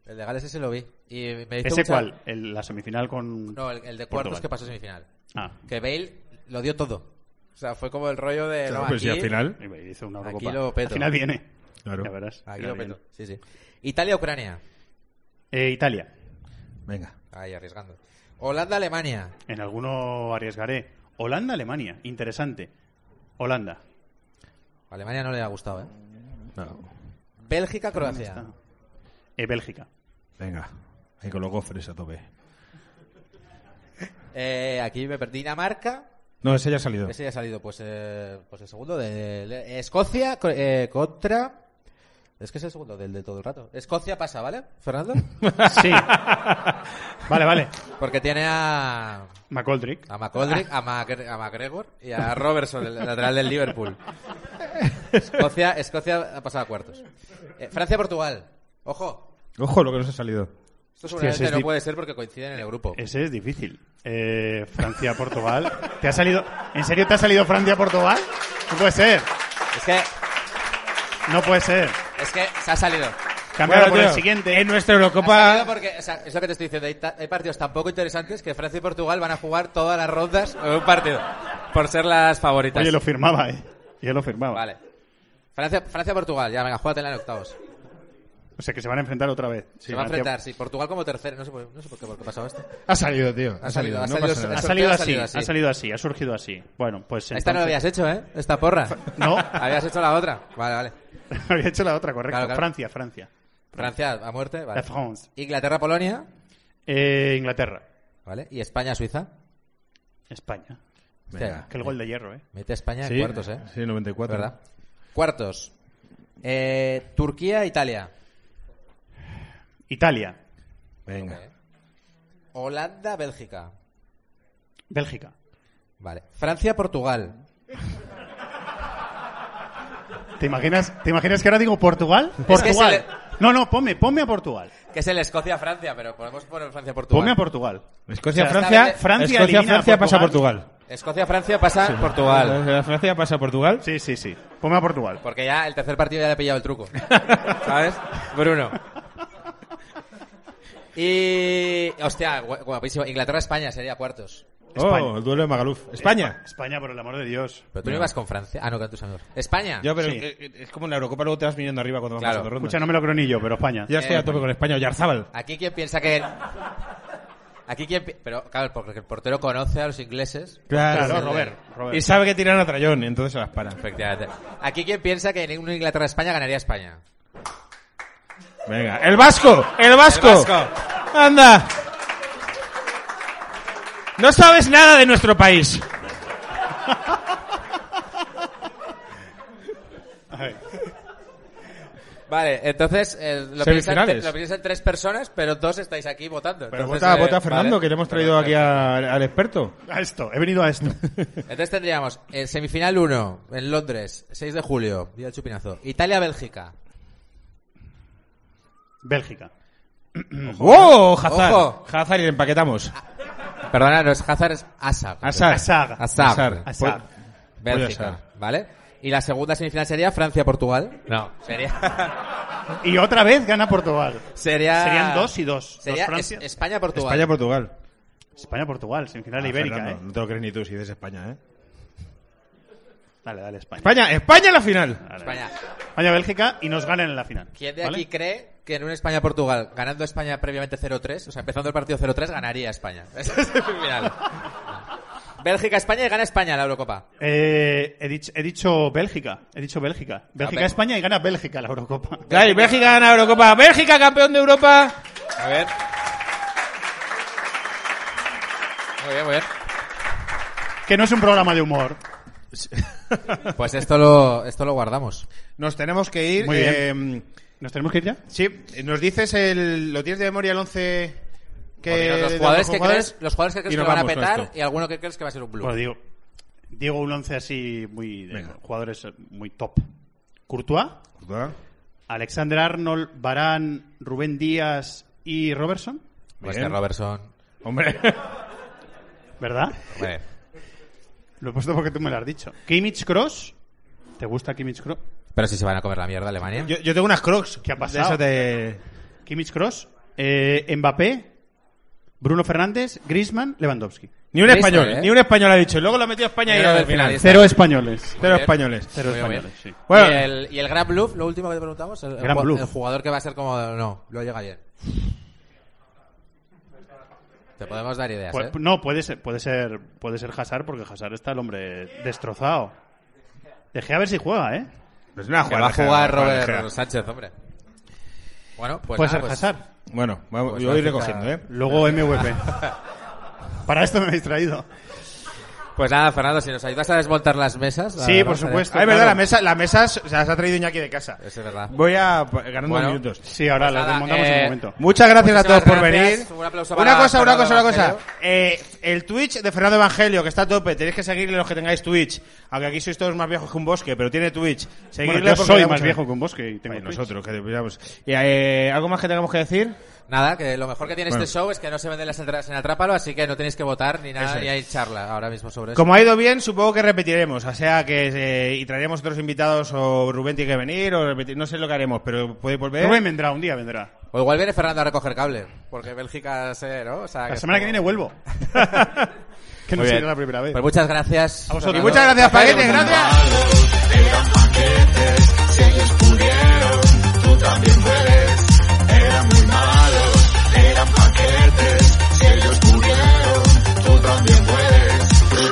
B: El de Gales ese lo vi. Y me hizo
G: ¿Ese
B: mucha-
G: cuál? El- la semifinal con.
B: No, el, el de cuartos
G: Portugal.
B: que pasó a semifinal.
G: Ah,
B: Que Bale lo dio todo. O sea, fue como el rollo de.
H: Claro,
B: no,
H: pero
B: aquí-
H: si al final.
G: y me hizo una
B: Aquí
G: Eurocopa.
B: lo peto.
G: Al final viene.
H: Claro.
G: Ya verás.
B: Aquí
G: Al
B: lo
G: final
B: peto. Sí, sí. Italia-Ucrania.
G: viene. Eh, Italia.
H: Venga.
B: Ahí arriesgando. Holanda-Alemania.
G: En alguno arriesgaré. Holanda, Alemania. Interesante. Holanda.
B: Alemania no le ha gustado, ¿eh?
H: No.
B: Bélgica-Croacia.
G: Eh, Bélgica.
H: Venga. Ahí con los gofres a tope.
B: Eh, aquí me perdí. Dinamarca.
C: No, ese ya ha salido.
B: Ese ya ha salido, pues, eh, pues el segundo de, de- Escocia co- eh, contra. Es que es el segundo del de todo el rato. Escocia pasa, ¿vale, Fernando?
G: Sí. vale, vale.
B: Porque tiene a.
G: McColdrick.
B: A McColdrick, a, Mac- a McGregor y a Robertson, el lateral del Liverpool. Escocia, Escocia ha pasado a cuartos. Eh, Francia-Portugal. Ojo.
H: Ojo lo que nos ha salido.
B: Esto
G: Hostia, ese
B: seguramente
G: es
B: no
G: di-
B: puede ser porque coinciden en el grupo.
G: Ese es difícil. Eh, Francia, Portugal. ¿Te ha salido? ¿En serio te ha salido Francia, Portugal? No puede ser.
B: Es que,
G: No puede ser.
B: es que se ha salido.
C: Bueno,
G: Cambiarlo por el
C: tío,
G: siguiente.
C: En nuestra
B: Ha salido
C: Eurocopa.
B: porque, o sea, es lo que te estoy diciendo. Hay, ta- hay partidos tan poco interesantes que Francia y Portugal van a jugar todas las rondas en un partido. Por ser las favoritas.
G: Oye, lo firmaba, eh. Yo lo firmaba.
B: Vale. Francia- Francia-Portugal, ya, venga, júgatela en octavos.
G: O sea que se van a enfrentar otra vez.
B: se va a enfrentar, sí. Portugal como tercero. No sé, por- no sé por qué, por qué ha pasado esto.
H: Ha salido, tío.
B: Ha salido, ha
H: no
B: salido,
H: pasa
B: ha
H: nada.
G: Ha salido
B: ha
G: así,
B: salido así.
G: ha salido así, ha surgido así. Bueno, pues
B: Esta no la habías
G: entonces-
B: hecho, ¿eh? Esta porra.
G: No.
B: Habías hecho la otra. Vale, vale.
G: había hecho la otra, correcto.
B: Claro, claro.
G: Francia, Francia.
B: Francia a muerte, vale.
G: La France.
B: Inglaterra-Polonia,
G: Eh, Inglaterra,
B: ¿vale? Y España-Suiza.
G: España.
B: Hostia,
G: Que el gol de hierro, ¿eh?
B: Mete a España
H: Sí,
B: en cuartos, ¿eh?
H: Sí, 94.
B: ¿Verdad? Cuartos. Eh, Turquía-Italia.
G: Italia,
H: Venga.
B: Holanda-Bélgica.
G: Bélgica.
B: Vale. Francia-Portugal.
G: ¿Te imaginas, ¿Te imaginas que ahora digo Portugal?
B: Es que
G: Portugal.
B: se le-
G: No, no, ponme, ponme a Portugal.
B: Que es el Escocia-Francia, pero podemos poner Francia-Portugal.
G: Ponme a Portugal.
H: Escocia,
B: O sea,
H: Francia.
B: esta vez-
G: Francia
H: Escocia,
G: elimina a
H: Francia pasa a
G: Portugal.
H: Portugal.
B: Escocia-Francia pasa Portugal.
H: Francia- Francia pasa a Portugal.
G: Sí, sí, sí. Ponme a Portugal.
B: Porque ya el tercer partido ya le he pillado el truco. ¿Sabes? Bruno. Y. Hostia, gu- guapísimo. Inglaterra-España sería cuartos.
H: Oh, el duelo de Magaluf. España.
G: España, por el amor de Dios.
B: Pero tú no ibas con Francia. Ah, no, con tus amigos. España.
H: Ya, pero
G: Sí.
H: eh, eh, es como en la Eurocopa luego te vas viniendo arriba cuando vas
B: Claro.
H: pasando rondas.
G: Escucha, no me lo creo ni yo, pero España.
H: Ya estoy a tope con España. Yarzábal.
B: Aquí quien piensa que. Aquí quien. pi- Pero claro, porque el portero conoce a los ingleses.
H: Claro,
G: Claro, Robert. Robert.
H: Y sabe que tiran a Trayón, entonces se las para.
B: Efectivamente. Aquí quien piensa que en un Inglaterra-España ganaría España.
H: Venga, el vasco, el vasco.
B: ¡El vasco!
H: Anda. No sabes nada de nuestro país.
B: Vale, entonces eh, lo, piensan,
H: Semifinales.
B: lo piensan tres personas, pero dos estáis aquí votando.
H: Pero
B: Entonces,
H: vota,
B: eh,
H: vota a Fernando,
B: vale.
H: que le hemos traído aquí a- al experto.
G: A esto, he venido a esto.
B: Entonces tendríamos el semifinal 1 en Londres, 6 de julio, día del chupinazo. Italia-Bélgica.
G: Bélgica.
H: ¡Oh, Hazard!
B: Ojo.
H: Hazard y le empaquetamos.
B: Perdona, no es Hazard, es Assad.
H: Hazard.
G: Hazard.
B: Hazard.
H: Pues,
G: Hazard.
H: Puede
B: Bélgica, ¿vale? Y la segunda semifinal sería Francia-Portugal. No. Sería,
G: Y otra vez gana Portugal.
B: sería...
G: Serían dos y dos. Dos
B: Sería
G: Francia.
B: es- España-Portugal.
H: España-Portugal.
G: España-Portugal, semifinal
H: Ah,
G: ibérica,
H: Fernando,
G: ¿eh?
H: No te lo crees ni tú si dices España, ¿eh?
G: Dale, dale, España.
H: España, España en la final.
G: Dale, dale.
B: España.
G: España-Bélgica y nos ganan en la final.
B: ¿Quién de
G: ¿vale?
B: aquí cree que en un España-Portugal, ganando España previamente 0-3, o sea, empezando el partido 0-3, ganaría España? Esa es la final. Bélgica-España y gana España la Eurocopa.
G: Eh, he, dicho, he dicho Bélgica. He dicho Bélgica. Bélgica-España y gana Bélgica la Eurocopa.
H: Claro, y Bélgica gana Eurocopa. Bélgica campeón de Europa.
B: A ver. Muy bien, muy bien.
G: Que no es un programa de humor.
B: Pues esto lo, esto lo guardamos.
C: Nos tenemos que ir.
G: Muy bien.
C: em,
G: eh, ¿Nos tenemos que ir ya?
C: Sí, nos dices el. ¿Lo tienes de memoria el 11?
B: Por
C: Que,
B: menos Pues los,
C: Eh, de
B: jugadores que
C: jugadores?
B: crees, los jugadores que crees
C: Y
B: que
C: nos
B: lo van a
C: vamos con
B: petar eh.
C: esto. Pues
B: y alguno que crees que va a ser un blue.
G: Bueno, digo, digo un once así muy de jugadores eh, muy top. Courtois, Alexander Arnold, Barán, Rubén Díaz y Robertson,
B: Pues
H: bien.
B: que Robertson.
H: Hombre.
G: ¿verdad?
B: Hombre,
G: Lo he puesto porque tú me lo has dicho. Kimmich Cross. ¿Te gusta Kimmich Cross?
B: Pero si se van a comer la mierda Alemania.
C: Yo, yo tengo unas crocs.
G: ¿Qué ha
C: de
G: pasado?
C: esas de-
G: Kimmich Cross. eh, Mbappé. Bruno Fernández. Griezmann. Lewandowski.
C: Ni un
B: Listo,
C: español,
B: ¿eh?
C: ni un español ha dicho. Y Luego lo ha metido España y
B: Pero
C: al
B: del
C: final.
B: finalista.
G: Cero españoles.
B: pues
C: Cero españoles.
G: Cero
B: Muy bien.
G: españoles, sí.
C: Bueno.
B: ¿Y, el, y el Gran Bluff, lo último que te preguntamos, el, el
G: Gran
B: ju-
G: Bluff.
B: el jugador que va a ser como... No, lo llega bien. Te podemos dar ideas,
C: Pues,
G: Pu-
B: ¿eh?
G: Pues, No, puede ser, puede ser, puede ser Hazard porque Hazard está el hombre destrozado. Dejé a ver si juega, ¿eh?
C: Pues una
B: Que va a
C: jugada
B: jugar
C: ligera, una
B: Robert
C: jugada ligera.
B: Sánchez, hombre. Bueno, pues
G: puede
B: nada,
G: ser
B: pues-
G: Hazard.
C: Bueno, vamos,
B: Pues
C: yo voy
B: la cita-
C: recogiendo, ¿eh?
G: Luego MVP. Para esto me he distraído.
B: Pues nada, Fernando, si nos ayudas a desmontar las mesas... la
G: Sí,
B: verdad,
G: por
B: estaría-
G: supuesto.
C: Ah, es verdad,
G: claro.
C: la mesa, la mesa se las ha traído Iñaki de casa.
B: Eso es verdad.
C: Voy a ganar unos
B: Bueno.
C: minutos.
G: Sí, ahora
B: Pues
G: la
B: nada,
G: desmontamos en
B: eh,
G: un momento.
C: Muchas gracias a todos
B: Muchísimas
C: por
B: gracias.
C: venir.
B: Un aplauso
C: una
B: para
C: cosa, una
B: Fernando
C: cosa, una cosa.
B: Evangelio.
C: Eh, el Twitch de Fernando Evangelio, que está a tope, tenéis que seguirle los que tengáis Twitch. Aunque aquí sois todos más viejos que un bosque, pero tiene Twitch. Seguirle
G: Bueno, yo
C: porque
G: soy
C: da
G: más
C: mucho-
G: viejo que un bosque y tengo
C: Bueno,
G: Twitch.
C: nosotros, que digamos. Y, eh, ¿Algo más que tengamos que decir?
B: Nada, que lo mejor que tiene
C: Bueno.
B: este show es que no se venden las entradas en Atrápalo, así que no tenéis que votar ni nada,
C: Eso es.
B: ni hay charla ahora mismo
G: Pues
B: sobre eso.
C: Como ha ido bien, supongo que repetiremos, o sea que eh, y traeremos otros invitados o Rubén tiene que venir o repetir, no sé lo que haremos, pero puede volver.
G: Rubén vendrá, un día vendrá.
B: O igual viene Fernando a recoger cable, porque Bélgica se, ¿no? O sea,
G: La
B: es
G: semana que
B: como-
G: viene vuelvo. que no
B: Muy bien.
G: será la primera vez.
B: Pues muchas gracias.
G: A vosotros.
C: y
B: Fernando.
C: muchas gracias, Paquete, gracias.
A: Eran paquetes, si ellos pudieron, tú también puedes. Eran muy malos, eran paquetes, si ellos pudieron, tú también puedes, tú